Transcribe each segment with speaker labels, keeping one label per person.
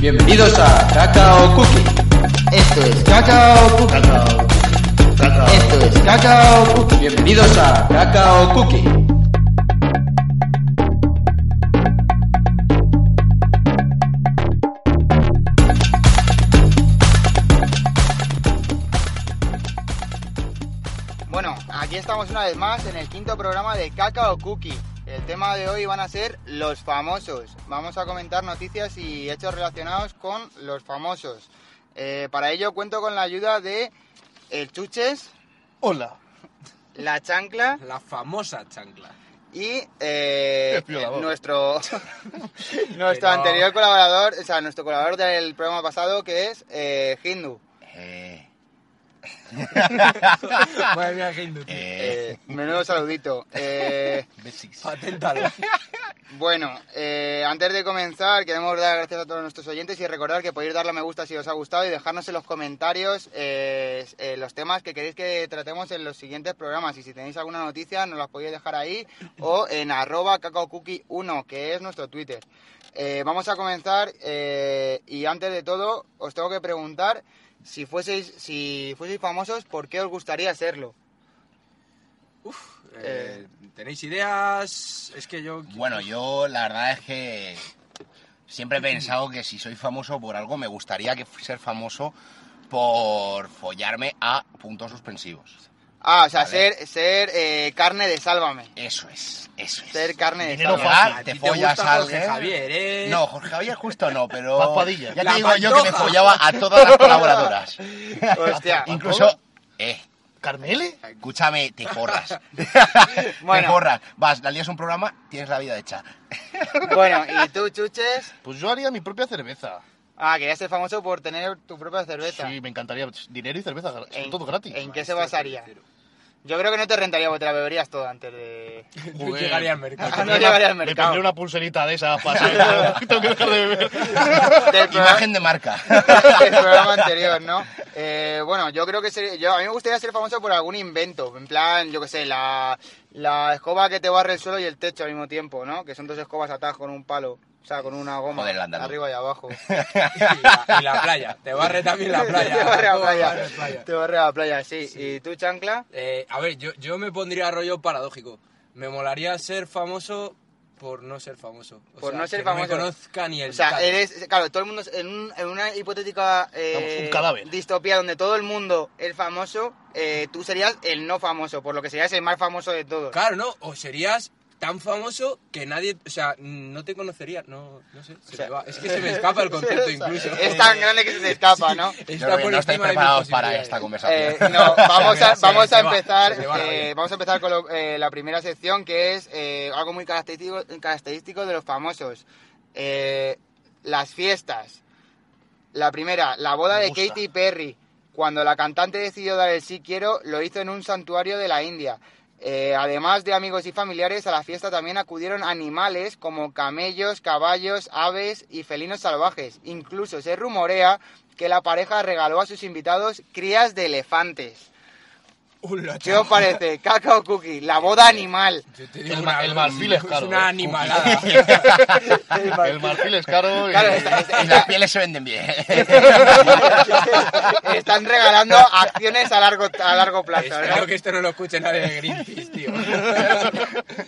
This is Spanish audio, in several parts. Speaker 1: Bienvenidos a Cacao Cookie. Esto es Cacao Cookie.
Speaker 2: Cacao. Cacao.
Speaker 1: Esto es Cacao Cookie. Bienvenidos a Cacao Cookie.
Speaker 2: Bueno, aquí estamos una vez más en el quinto programa de Cacao Cookie. El tema de hoy van a ser los famosos. Vamos a comentar noticias y hechos relacionados con los famosos. Eh, para ello cuento con la ayuda de el Chuches,
Speaker 3: Hola.
Speaker 2: la Chancla
Speaker 4: La famosa chancla.
Speaker 2: y eh,
Speaker 3: El violador.
Speaker 2: nuestro
Speaker 4: Pero-
Speaker 2: nuestro anterior colaborador, o sea, nuestro colaborador del programa pasado que es eh, Hindu.
Speaker 5: Eh,
Speaker 4: Madre mía, qué inútil.
Speaker 2: Eh, menudo saludito. Eh,
Speaker 4: Paténtalo.
Speaker 2: Bueno, eh, antes de comenzar, queremos dar gracias a todos nuestros oyentes y recordar que podéis darle a me gusta si os ha gustado y dejarnos en los comentarios eh, eh, los temas que queréis que tratemos en los siguientes programas. Y si tenéis alguna noticia, nos las podéis dejar ahí o en arroba cacaocuki1, que es nuestro Twitter. Eh, vamos a comenzar eh, y antes de todo, os tengo que preguntar si fueseis, si fueseis famosos, ¿por qué os gustaría serlo?
Speaker 4: Uf, eh, ¿Tenéis ideas? Es que yo...
Speaker 5: Bueno, yo la verdad es que siempre he pensado que si soy famoso por algo, me gustaría que ser famoso por follarme a puntos suspensivos.
Speaker 2: Ah, o sea,
Speaker 5: Vale.
Speaker 2: ser, ser eh, carne de sálvame.
Speaker 5: Eso es, eso es.
Speaker 2: Ser carne de
Speaker 3: Dinero
Speaker 2: sálvame.
Speaker 4: A
Speaker 5: Llegar,
Speaker 4: ti
Speaker 5: Ah, te
Speaker 4: te
Speaker 5: follas
Speaker 4: gusta
Speaker 5: a
Speaker 4: Jorge
Speaker 5: alguien.
Speaker 4: Javier, ¿eh?
Speaker 5: No, Jorge Javier justo no, pero...
Speaker 3: Paz Padilla.
Speaker 5: Ya te
Speaker 4: La
Speaker 5: digo yo que me
Speaker 4: Pantoja.
Speaker 5: follaba a todas las colaboradoras.
Speaker 2: Hostia.
Speaker 5: Incluso... Eh,
Speaker 3: ¿Carmele?
Speaker 5: escúchame, te forras.
Speaker 2: Bueno.
Speaker 5: Te forras. Vas, la lías un programa, tienes la vida hecha.
Speaker 2: Bueno, ¿y tú, Chuches?
Speaker 3: Pues yo haría mi propia cerveza.
Speaker 2: Ah, querías ser famoso por tener tu propia cerveza.
Speaker 3: Sí, me encantaría. Dinero y cerveza, gra- sobre todo gratis.
Speaker 2: ¿En qué se basaría? Yo creo que no te rentaría porque te la beberías todo antes de...
Speaker 4: No llegaría al mercado.
Speaker 2: no llegaría al
Speaker 3: Me
Speaker 2: mercado.
Speaker 3: pondría una pulserita de esas para saber- Tengo que dejar de beber.
Speaker 2: Del pro-
Speaker 5: Imagen de marca.
Speaker 2: del programa anterior, ¿no? Eh, bueno, yo creo que ser- yo, a mí me gustaría ser famoso por algún invento. En plan, yo qué sé, la, la escoba que te barre el suelo y el techo al mismo tiempo, ¿no? Que son dos escobas atadas con un palo. O sea, con una goma
Speaker 5: Joder, el andaluz.
Speaker 2: arriba y abajo.
Speaker 4: Y la, y la playa. Te barre también la playa.
Speaker 2: te barre a
Speaker 4: Te
Speaker 2: la playa.
Speaker 4: barre la playa.
Speaker 2: Te barre a la playa, sí. ¿Y tú, Chancla?
Speaker 4: Eh, a ver, yo, yo me pondría rollo paradójico. Me molaría ser famoso por no ser famoso. O
Speaker 2: Por
Speaker 4: sea,
Speaker 2: no ser
Speaker 4: que no me
Speaker 2: famoso.
Speaker 4: conozca ni el
Speaker 2: O sea,
Speaker 4: tato.
Speaker 2: eres, claro, todo el mundo, en, un- en una hipotética eh,
Speaker 3: Un cadáver.
Speaker 2: distopía donde todo el mundo es famoso, eh, tú serías el no famoso, por lo que serías el más famoso de todos.
Speaker 4: Claro, ¿no? O serías tan famoso que nadie... O sea, no te conocería. No, no sé. se
Speaker 2: sea-
Speaker 4: me va. Es que se me escapa el concepto incluso.
Speaker 2: Es tan grande que se te escapa, ¿no?
Speaker 5: Yo creo que no estáis preparados para esta
Speaker 4: conversación.
Speaker 2: Eh,
Speaker 5: conversación.
Speaker 2: no, vamos a,
Speaker 4: Se-
Speaker 2: vamos a
Speaker 4: se va,
Speaker 2: empezar,
Speaker 4: se te va la
Speaker 2: eh,
Speaker 4: olla.
Speaker 2: vamos a empezar con lo- eh, la primera sección que es eh, algo muy característico, característico de los famosos, Eh, las fiestas. La primera, la boda
Speaker 3: Me
Speaker 2: de
Speaker 3: gusta.
Speaker 2: Katy Perry. Cuando la cantante decidió dar el sí quiero, lo hizo en un santuario de la India. Eh, además de amigos y familiares, a la fiesta también acudieron animales como camellos, caballos, aves y felinos salvajes. Incluso se rumorea que la pareja regaló a sus invitados crías de elefantes.
Speaker 4: Hola,
Speaker 2: ¿Qué os parece? Cacao Cookie, la boda animal.
Speaker 4: Yo te digo
Speaker 3: El
Speaker 4: una-
Speaker 3: ma- el marfil es caro,
Speaker 4: una
Speaker 3: ¿eh?
Speaker 4: animalada.
Speaker 3: El marfil es caro. y-
Speaker 2: Claro, esta- esta-
Speaker 5: Y las pieles se venden bien.
Speaker 2: están regalando acciones a largo, a largo plazo.
Speaker 4: Espero
Speaker 2: ¿no?
Speaker 4: que esto no lo escuche nadie de Greenpeace, tío.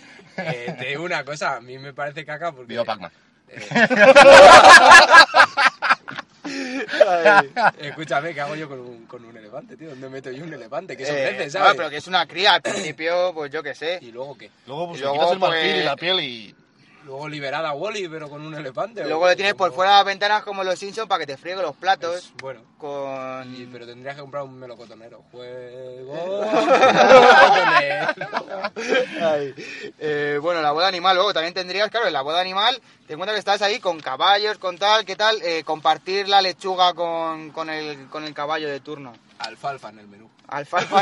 Speaker 4: Eh, te digo una cosa, a mí me parece caca porque...
Speaker 5: Viva Pac-Man.
Speaker 4: Eh, Escúchame, ¿qué hago yo con un, con un elefante, tío? ¿Dónde meto yo un elefante? Que se
Speaker 2: Eh,
Speaker 4: crece,
Speaker 2: no,
Speaker 4: ¿sabes?
Speaker 2: pero que es una cría, al principio, pues yo qué sé.
Speaker 4: Y luego, ¿qué?
Speaker 3: Luego, pues,
Speaker 2: Luego,
Speaker 3: le quitas el marfil
Speaker 2: pues-
Speaker 3: y la piel y.
Speaker 4: Luego liberada Wally, pero con un elefante.
Speaker 2: Luego lo tienes por fuera de las ventanas como los Simpsons para que te friegue los platos.
Speaker 4: Es bueno.
Speaker 2: Con.
Speaker 4: Y- pero tendrías que comprar un melocotonero. Juego. melocotonero.
Speaker 2: Ay. Eh, bueno, la boda animal, luego también tendrías, claro, en la boda animal, te encuentras que estás ahí con caballos, con tal, qué tal, Eh, compartir la lechuga con, con, el, con el caballo de turno.
Speaker 4: Alfalfa en el menú.
Speaker 2: Alfalfa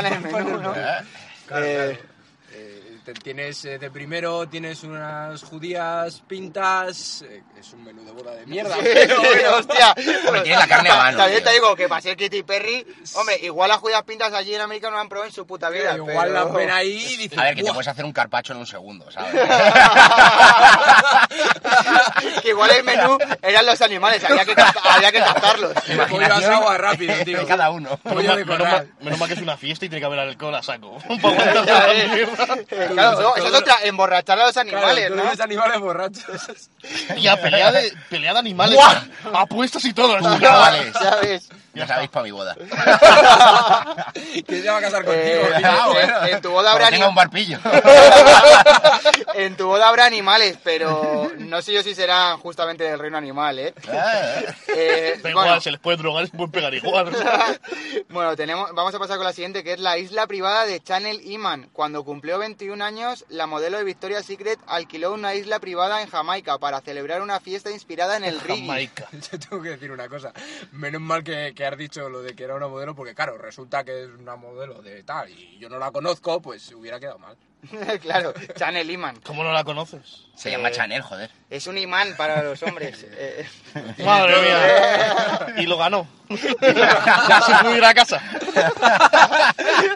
Speaker 2: en el menú, ¿no?
Speaker 4: Claro,
Speaker 2: Eh.
Speaker 4: claro. Eh, te- tienes eh, de primero, tienes unas judías pintas. eh, es un menú de boda de mierda.
Speaker 2: Pero bueno, hostia.
Speaker 5: Hombre, tiene la carne a mano,
Speaker 2: También
Speaker 5: tío.
Speaker 2: te digo que para ser Kitty Perry, hombre, igual las judías pintas allí en América no han probado en su puta vida.
Speaker 4: Igual
Speaker 2: pero-
Speaker 4: las ven ahí y dicen.
Speaker 5: A ver, que te
Speaker 4: "Buah".
Speaker 5: puedes hacer un carpacho en un segundo, ¿sabes?
Speaker 2: que igual el menú eran los animales, había que, caza- había que cazarlos.
Speaker 4: Pollo asado a rápido, tío.
Speaker 5: Cada uno.
Speaker 4: Pollo
Speaker 3: Menos
Speaker 4: de
Speaker 3: mal-
Speaker 4: corral.
Speaker 3: menos mal- menos mal que es una fiesta y tiene que haber alcohol a saco.
Speaker 2: Claro, no, eso es otra, emborrachar a los animales,
Speaker 4: Claro, tú
Speaker 2: ¿no?
Speaker 4: eres animales borrachos.
Speaker 3: Y a pelea de, pelea de animales. Apuestas y
Speaker 2: Pues
Speaker 3: todo.
Speaker 5: Tú,
Speaker 3: ¿no?
Speaker 5: chavales.
Speaker 2: Ya ves.
Speaker 5: Ya sabéis para mi boda.
Speaker 4: ¿Quién se va a casar
Speaker 2: Eh,
Speaker 4: contigo?
Speaker 2: Ah, bueno. En tu boda habrá
Speaker 5: Como tenga
Speaker 2: ni-
Speaker 5: un barpillo.
Speaker 2: En tu boda habrá animales, pero no sé yo si serán justamente del reino animal, ¿eh?
Speaker 5: Ah,
Speaker 2: Eh,
Speaker 3: Da igual,
Speaker 2: bueno,
Speaker 3: se les puede drogar y se pueden pegar igual.
Speaker 2: bueno, tenemos, vamos a pasar con la siguiente, que es la isla privada de Channel Iman. Cuando cumplió 21 años, la modelo de Victoria's Secret alquiló una isla privada en Jamaica para celebrar una fiesta inspirada en el reggae.
Speaker 3: Jamaica.
Speaker 4: Yo tengo que decir una cosa. Menos mal que, que has dicho lo de que era una modelo, porque claro, resulta que es una modelo de tal y yo no la conozco, pues hubiera quedado mal.
Speaker 2: claro, Channel Iman.
Speaker 3: ¿Cómo no la conoces?
Speaker 5: Se llama Chanel, joder.
Speaker 2: Es un imán para los hombres. eh.
Speaker 3: Madre mía. Y lo ganó. Ya se pudo ir a casa.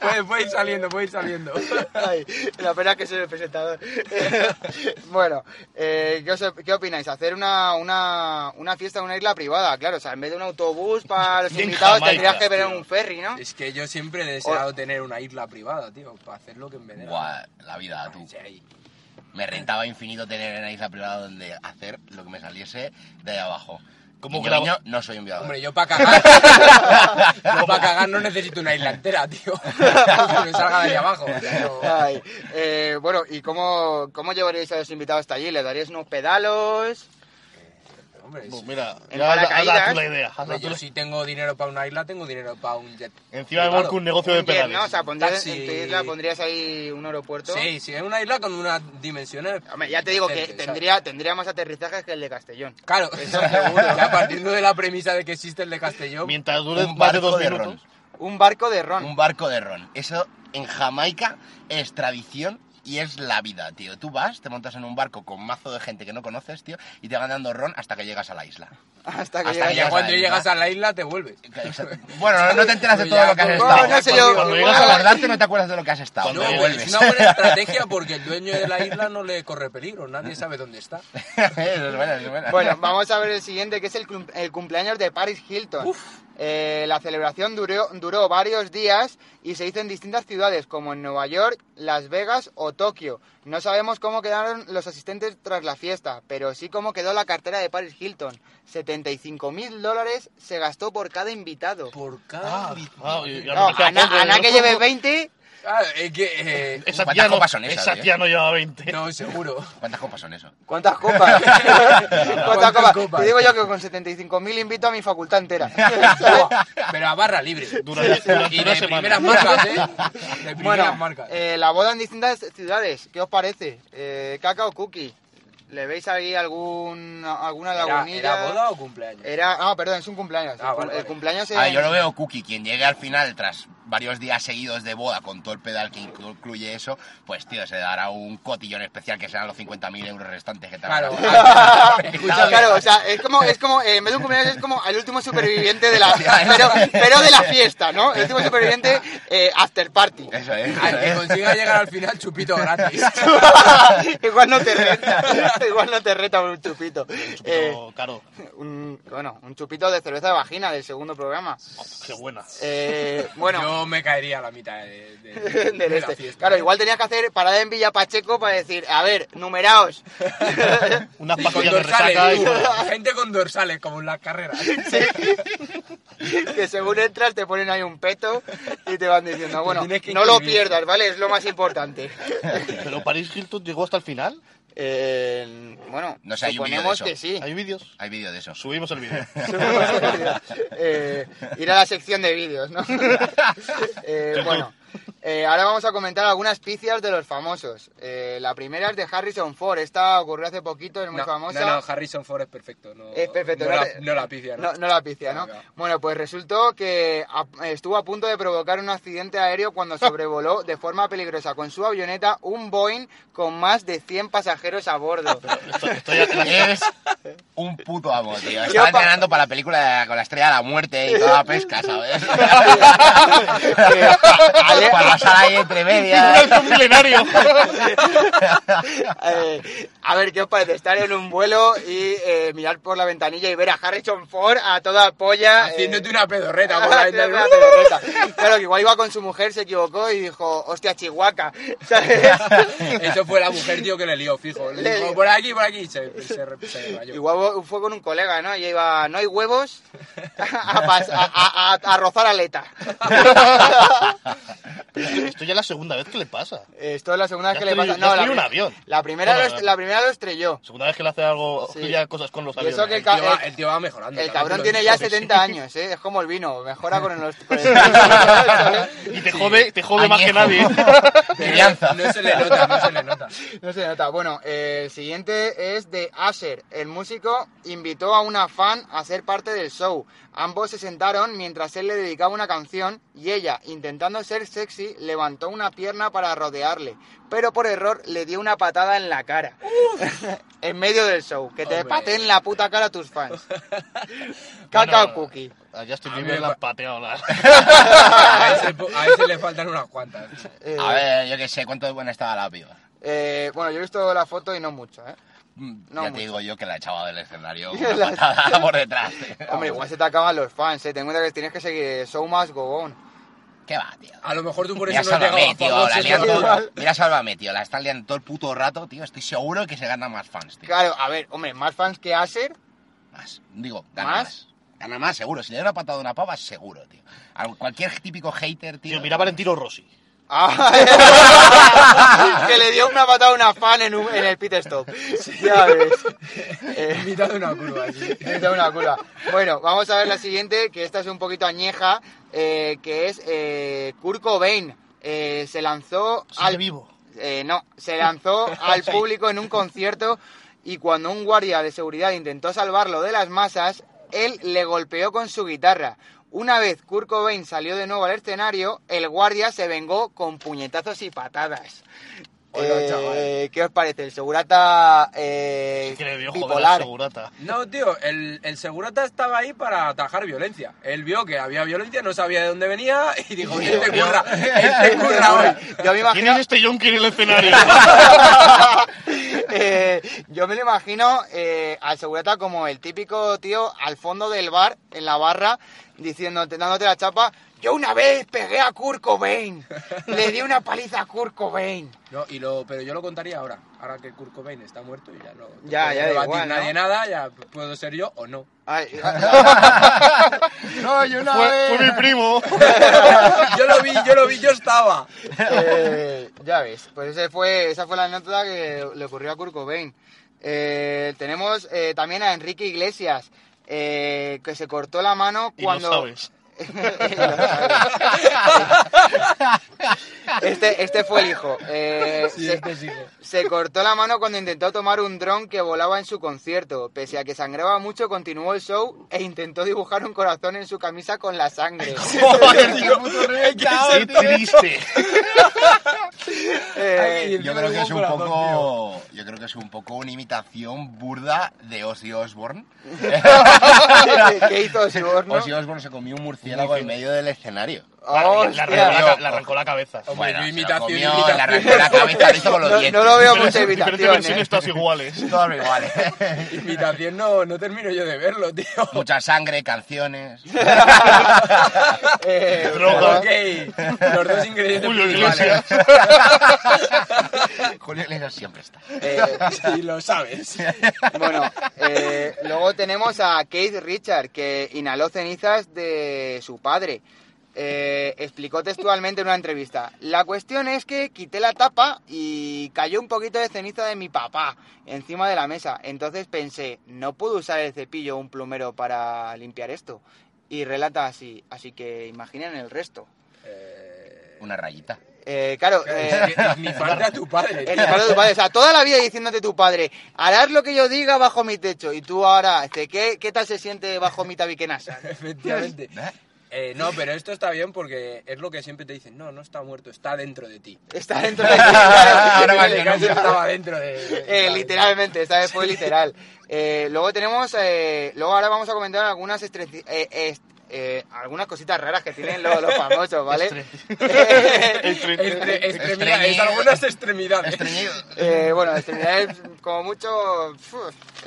Speaker 4: Puedes ir Pues saliendo, puedes ir saliendo.
Speaker 2: Ay, la pena es que soy el presentador. bueno, eh, ¿qué, os- qué opináis? Hacer una, una, una fiesta en una isla privada, claro. O sea, en vez de un autobús para los
Speaker 3: En
Speaker 2: invitados
Speaker 3: Jamaica,
Speaker 2: tendrías que ver
Speaker 3: tío.
Speaker 2: un ferry, ¿no?
Speaker 4: Es que yo siempre he deseado tener una isla privada, tío, para hacer lo que me dé. la
Speaker 5: Buah, la vida, tú.
Speaker 4: gana. Sí.
Speaker 5: Me rentaba infinito tener una isla privada donde hacer lo que me saliese de ahí abajo.
Speaker 3: ¿Cómo
Speaker 5: Como
Speaker 3: graba-
Speaker 5: no soy enviado.
Speaker 4: Hombre, yo para cagar. yo para cagar no necesito una isla entera, tío. Que me salga de ahí abajo. pero-
Speaker 2: Ay, eh, bueno, ¿y cómo, cómo llevaríais a los invitados hasta allí? ¿Les daríais unos pedalos?
Speaker 4: Hombre,
Speaker 3: Pues
Speaker 4: sí.
Speaker 3: mira,
Speaker 2: En
Speaker 3: ya hazla- hazla
Speaker 2: paracaídas.
Speaker 3: tú la idea. hazla
Speaker 4: Hombre,
Speaker 3: tú
Speaker 4: yo
Speaker 3: la-
Speaker 4: si tengo dinero para una isla, tengo dinero para un jet.
Speaker 3: Encima de
Speaker 4: privado.
Speaker 3: Borco un negocio de
Speaker 2: Un jet,
Speaker 3: pedales.
Speaker 2: ¿no? O sea, pondrías en-
Speaker 4: Taxi.
Speaker 2: en tu isla pondrías ahí un aeropuerto.
Speaker 4: Sí, sí, es una isla con unas dimensiones.
Speaker 2: Hombre, ya te digo que
Speaker 4: decentes, ¿sabes?
Speaker 2: tendría, tendría más aterrizajes que el de Castellón.
Speaker 4: Claro,
Speaker 2: Eso seguro.
Speaker 4: Ya partiendo de la premisa de que existe el de Castellón.
Speaker 3: Mientras dure
Speaker 5: un
Speaker 3: más de
Speaker 5: barco
Speaker 3: dos
Speaker 5: de ron.
Speaker 3: minutos.
Speaker 2: Un barco de ron.
Speaker 5: Un barco de ron. Eso en Jamaica es tradición y es la vida, tío. Tú vas, te montas en un barco con mazo de gente que no conoces, tío, y te van dando ron hasta que llegas a la isla.
Speaker 2: Hasta que
Speaker 5: hasta
Speaker 4: Ya
Speaker 2: llegas
Speaker 5: que llegas
Speaker 4: cuando
Speaker 5: a la
Speaker 4: llegas
Speaker 5: isla.
Speaker 4: a la isla te vuelves.
Speaker 5: Bueno, no, no te enteras de
Speaker 4: Pues
Speaker 5: todo
Speaker 4: ya,
Speaker 5: lo que has
Speaker 4: pues,
Speaker 2: no,
Speaker 5: estado.
Speaker 2: no sé yo.
Speaker 5: cuando, cuando llegas a
Speaker 2: Igual-
Speaker 5: abordarte no te acuerdas de lo que has estado.
Speaker 4: No,
Speaker 5: te
Speaker 4: güey,
Speaker 5: vuelves.
Speaker 4: es una buena estrategia porque el dueño de la isla no le corre peligro, nadie sabe dónde está.
Speaker 5: Eso es buena, eso es buena.
Speaker 2: Bueno, vamos a ver el siguiente, que es el, cum- el cumpleaños de Paris Hilton. Eh, la celebración duró, duró varios días y se hizo en distintas ciudades, como en Nueva York, Las Vegas o Tokio. No sabemos cómo quedaron los asistentes tras la fiesta, pero sí cómo quedó la cartera de Paris Hilton. 75 mil dólares se gastó por cada invitado.
Speaker 4: Por cada
Speaker 3: Ah, yo- yo
Speaker 2: No,
Speaker 3: me hacía
Speaker 2: Ana,
Speaker 3: poco,
Speaker 2: Ana
Speaker 3: ¿no?
Speaker 2: que lleve 20,
Speaker 4: Ah, es que. eh,
Speaker 3: Esa
Speaker 5: ¿Cuántas
Speaker 3: tía, no,
Speaker 5: copas son esas,
Speaker 3: esa
Speaker 5: tío?
Speaker 3: tía no lleva 20.
Speaker 4: no, seguro.
Speaker 5: ¿Cuántas copas son eso?
Speaker 2: ¿cuántas copas? ¿Cuántas
Speaker 4: ¿Cuántas
Speaker 2: copas?
Speaker 4: copas?
Speaker 2: Te digo yo que con 75 mil invito a mi facultad entera.
Speaker 4: Buah, Pero a barra libre.
Speaker 3: Durante, durante
Speaker 4: Y
Speaker 3: una
Speaker 4: de
Speaker 3: semana.
Speaker 4: primeras marcas, ¿eh? De primeras
Speaker 2: Bueno,
Speaker 4: marcas.
Speaker 2: eh, la boda en distintas ciudades, ¿qué os parece? Eh, Cacao Cookie, ¿le veis ahí algún, alguna
Speaker 4: ¿Era,
Speaker 2: lagunilla?
Speaker 4: era boda o cumpleaños?
Speaker 2: Era- ah, perdón, es un cumpleaños.
Speaker 4: Ah,
Speaker 2: el, cum-
Speaker 4: vale,
Speaker 2: el
Speaker 4: vale.
Speaker 2: cumpleaños es...
Speaker 5: Ah, yo lo veo cookie. Quien llegue al final tras varios días seguidos de boda con todo el pedal que inclu- incluye eso, pues tío, se dará un cotillón especial que serán los 50.000 euros restantes que te
Speaker 4: Claro,
Speaker 5: habrán dado.
Speaker 4: ah,
Speaker 2: Claro,
Speaker 4: escúchame.
Speaker 2: claro, o sea, es como, es como eh, en vez de un cumpleaños es como el último superviviente de la... Pero,
Speaker 5: Efectivamente.
Speaker 2: pero de la fiesta, ¿no? El último superviviente eh, after party.
Speaker 5: Eso es.
Speaker 4: Al que consiga llegar al final, chupito gratis.
Speaker 2: igual no te reta, igual no te reta por un chupito. Eh,
Speaker 3: Pero, claro,
Speaker 2: un- bueno, un chupito de cerveza de vagina del segundo programa.
Speaker 3: qué buena.
Speaker 2: Eh, bueno,
Speaker 4: Yo me caería a la mitad de, de- de
Speaker 2: del
Speaker 4: la
Speaker 2: este.
Speaker 4: fiesta. ¿eh?
Speaker 2: Claro, igual tenías que hacer parada en Villa Pacheco para decir, a ver, numeraos.
Speaker 3: Unas
Speaker 4: Y con
Speaker 3: pastillas de resaca
Speaker 4: dorsales,
Speaker 3: y...
Speaker 4: tú. gente con dorsales, como en las carreras.
Speaker 2: que según entras te ponen ahí un peto y te van diciendo, bueno,
Speaker 4: tienes que
Speaker 2: no lo
Speaker 4: inscribir.
Speaker 2: pierdas, ¿vale? Es lo más importante.
Speaker 3: Pero Paris Hilton llegó hasta el final.
Speaker 2: Eh, bueno,
Speaker 5: No sé, hay un vídeo de
Speaker 2: suponemos
Speaker 5: eso.
Speaker 2: que sí.
Speaker 3: ¿Hay vídeos?
Speaker 5: Hay vídeo de eso.
Speaker 3: Subimos el vídeo.
Speaker 2: Eh, ir a la sección de vídeos, ¿no? Eh, bueno, eh, ahora vamos a comentar algunas picias de los famosos. Eh, la primera es de Harrison Ford. Esta ocurrió hace poquito, es muy
Speaker 4: no,
Speaker 2: famosa.
Speaker 4: No, no, Harrison Ford es perfecto. No,
Speaker 2: Es perfecto.
Speaker 4: No, la, no la picia, ¿no?
Speaker 2: No, no la picia, ¿no?
Speaker 4: Venga.
Speaker 2: Bueno, pues resultó que a- estuvo a punto de provocar un accidente aéreo cuando sobrevoló de forma peligrosa con su avioneta un Boeing con más de 100 pasajeros a bordo.
Speaker 3: Estoy, estoy aquí.
Speaker 5: Es un puto amo, tío.
Speaker 2: Yo
Speaker 5: Estaba
Speaker 2: pa-
Speaker 5: entrenando para la película de- con la estrella de la muerte y toda la pesca, ¿sabes?
Speaker 2: Eh, ale-
Speaker 5: para pasar ahí entre medias.
Speaker 3: un milenario.
Speaker 2: Eh, a ver, ¿qué os parece? Estar en un vuelo y eh, mirar por la ventanilla y ver a Harrison Ford a toda polla. eh,
Speaker 4: Haciéndote una pedorreta por ahí.
Speaker 2: haciéndole una pedorreta. Claro, que igual iba con su mujer, se equivocó y dijo, hostia, Chihuahua. ¿sabes?
Speaker 4: Eso fue la mujer, tío, que le lió, fijo. Le
Speaker 2: Le
Speaker 4: dijo,
Speaker 2: lió.
Speaker 4: por aquí, por aquí. Se, se, se rayó.
Speaker 2: Igual fue con un colega, ¿no? Y ella iba, no hay huevos, a, pas- a- a- a- a rozar aleta.
Speaker 3: Esto ya es la segunda vez que le pasa.
Speaker 2: Esto es la segunda vez
Speaker 3: Ya
Speaker 2: que le
Speaker 3: estrelló-
Speaker 2: pasa.
Speaker 3: ya
Speaker 2: la,
Speaker 3: estrelló un
Speaker 2: pri-
Speaker 3: avión.
Speaker 2: La primera,
Speaker 3: No, no,
Speaker 2: lo, est-
Speaker 3: no.
Speaker 2: la primera lo estrelló.
Speaker 3: Segunda vez que le hace algo,
Speaker 2: Sí.
Speaker 3: ya cosas con los
Speaker 2: Y eso
Speaker 3: aviones.
Speaker 2: que el,
Speaker 4: El tío,
Speaker 2: ca-
Speaker 4: va,
Speaker 2: el-
Speaker 4: el tío va mejorando.
Speaker 2: el
Speaker 4: también
Speaker 2: cabrón
Speaker 4: te lo
Speaker 2: tiene
Speaker 4: digo.
Speaker 2: ya 70 años, ¿eh? Es como el vino, mejora con los... con el-
Speaker 3: Y te jode, te jode más que nadie.
Speaker 5: Añejo. Crianza.
Speaker 4: No se le nota, no se le nota.
Speaker 2: No se nota. Bueno, eh, el siguiente es de Asher. El músico invitó a una fan a ser parte del show. Ambos se sentaron mientras él le dedicaba una canción y ella, intentando ser sexy, levantó una pierna para rodearle, pero por error le dio una patada en la cara. en medio del show. Que te
Speaker 4: Hombre.
Speaker 2: pateen la puta cara a tus fans. Cacao Cookie.
Speaker 3: Allá estoy
Speaker 4: A
Speaker 3: viendo
Speaker 4: ver,
Speaker 3: la
Speaker 4: va-
Speaker 3: pateado. la-
Speaker 4: A ese, po- a ese le faltan unas cuantas.
Speaker 2: Eh,
Speaker 5: A ver, yo qué sé, cuánto de buena estaba la piba.
Speaker 2: eh, bueno, yo he visto la foto y no mucho, ¿eh?
Speaker 5: Mm,
Speaker 2: No
Speaker 5: ya
Speaker 2: mucho.
Speaker 5: te digo yo que la echaba del escenario una patada por detrás.
Speaker 2: Hombre, igual se te acaban los fans, ¿eh? Ten en cuenta que tienes que seguir Show Más Go On.
Speaker 5: ¿Qué va, tío?
Speaker 4: A lo mejor tú por
Speaker 5: Mira,
Speaker 4: eso no has llegado
Speaker 5: sálvame,
Speaker 4: a
Speaker 5: tío. La
Speaker 4: famoso,
Speaker 5: lian
Speaker 4: ¿no?
Speaker 5: todo- Mira, sálvame, tío. La están liando todo el puto rato, tío. Estoy seguro que se gana más fans, tío.
Speaker 2: Claro, a ver, hombre, más fans que Acer.
Speaker 5: Más. Digo, gana
Speaker 2: ¿Más?
Speaker 5: más. Gana más, seguro. Si le da una patada a una pava, seguro, tío. A cualquier típico hater, tío.
Speaker 3: Tío, mira a Valentino Rossi.
Speaker 2: que le dio una patada a una fan en, un- en el pit stop. Ya ves. Eh,
Speaker 4: En mitad de una curva, así.
Speaker 2: me da una curva. Bueno, vamos a ver la siguiente, que esta es un poquito añeja, eh, que es eh, Kurt Cobain. Eh, se lanzó
Speaker 3: Al
Speaker 2: al
Speaker 3: vivo.
Speaker 2: Eh, no, se lanzó al público en un concierto y cuando un guardia de seguridad intentó salvarlo de las masas, él le golpeó con su guitarra. Una vez Kurt Cobain salió de nuevo al escenario, el guardia se vengó con puñetazos y patadas.
Speaker 4: Hola,
Speaker 2: Eh,
Speaker 4: chaval.
Speaker 2: ¿Qué os parece? El segurata eh,
Speaker 3: Que le dio joder a la
Speaker 2: bipolar.
Speaker 3: segurata.
Speaker 4: No, tío, el, el segurata estaba ahí para atajar violencia. Él vio que había violencia, no sabía de dónde venía y dijo, este curra, este curra hoy.
Speaker 2: Yo me
Speaker 3: ¿Quién
Speaker 2: imagino,
Speaker 3: es este yonki en el escenario?
Speaker 2: eh, yo me lo imagino eh, al segurata como el típico tío al fondo del bar, en la barra, diciendo, dándote la chapa. Yo una vez pegué a Kurt Cobain, le di una paliza a Kurt Cobain.
Speaker 4: No, y lo, pero yo lo contaría ahora, ahora que Kurt Cobain está muerto y ya no... no
Speaker 2: Ya,
Speaker 4: puede
Speaker 2: ya da
Speaker 4: debatir
Speaker 2: igual, ¿no?
Speaker 4: nadie nada, ya puedo ser yo o no.
Speaker 2: Ay,
Speaker 5: No, yo no.
Speaker 3: fue,
Speaker 2: eh.
Speaker 3: fue mi primo.
Speaker 4: yo lo vi, yo lo vi, yo estaba.
Speaker 2: eh, ya ves, pues ese fue, esa fue la anécdota que le ocurrió a Kurt Cobain. Eh, tenemos eh, también a Enrique Iglesias, eh, que se cortó la mano
Speaker 3: Y
Speaker 2: cuando...
Speaker 3: lo sabes.
Speaker 2: Este, este fue el hijo. Eh,
Speaker 4: Sí,
Speaker 2: se,
Speaker 4: este es hijo.
Speaker 2: se cortó la mano cuando intentó tomar un dron que volaba en su concierto. Pese a que sangraba mucho, continuó el show e intentó dibujar un corazón en su camisa con la sangre.
Speaker 3: Qué triste.
Speaker 2: Eh,
Speaker 4: Ay,
Speaker 5: Yo creo que es un
Speaker 4: corazón,
Speaker 5: poco. Yo creo que es un poco una imitación burda de Ozzy Osbourne.
Speaker 2: ¿Qué hizo Osborne?
Speaker 5: Ozzy Osbourne se comió un murciélago en medio del escenario.
Speaker 3: La- le- le arrancó
Speaker 2: Hostia.
Speaker 3: la ca- le arrancó la cabeza.
Speaker 4: Hombre,
Speaker 5: Bueno,
Speaker 4: no
Speaker 5: se lo
Speaker 4: imitación,
Speaker 5: comió,
Speaker 4: imitación.
Speaker 5: le arrancó la cabeza, le hizo con los
Speaker 2: No,
Speaker 5: dientes.
Speaker 2: no lo veo
Speaker 3: Pero
Speaker 2: mucha
Speaker 3: es- diferentes
Speaker 2: imitación.
Speaker 3: versiones
Speaker 2: eh.
Speaker 3: todas iguales.
Speaker 5: Todos iguales.
Speaker 4: Imitación no, no termino yo de verlo, tío.
Speaker 5: ¿eh? Mucha sangre, canciones.
Speaker 2: Eh,
Speaker 3: Droga.
Speaker 4: Ok, los dos ingredientes
Speaker 3: Julio
Speaker 4: principales.
Speaker 3: Iglesias.
Speaker 5: Julio Iglesias siempre está.
Speaker 2: eh,
Speaker 4: Y lo sabes.
Speaker 2: Bueno, eh, luego tenemos a Keith Richard, que inhaló cenizas de su padre. eh, explicó textualmente en una entrevista. La cuestión es que quité la tapa y cayó un poquito de ceniza de mi papá encima de la mesa. Entonces pensé, no puedo usar el cepillo o un plumero para limpiar esto. Y relata así, así que imaginen el resto.
Speaker 5: Una rayita.
Speaker 2: Eh, claro, eh,
Speaker 4: Ni falta a tu padre.
Speaker 2: el disparo de tu padre. O sea, toda la vida diciéndote tu padre, harás lo que yo diga bajo mi techo. Y tú ahora, este, ¿qué, qué tal se siente bajo mi tabiquenasa?
Speaker 4: Efectivamente. Eh, no, pero esto está bien porque es lo que siempre te dicen, no, no está muerto, está dentro de ti.
Speaker 2: Está dentro de ti. claro.
Speaker 4: Ahora más que nunca estaba dentro de...
Speaker 2: Eh, literalmente, esta vez fue literal. Eh, luego tenemos, eh, luego ahora vamos a comentar algunas estreci- eh, est- eh, algunas cositas raras que tienen los, los famosos, ¿vale?
Speaker 4: Estre- extremidad-
Speaker 5: Estreñido.
Speaker 4: es algunas extremidades.
Speaker 2: Eh, bueno, extremidades como mucho fu,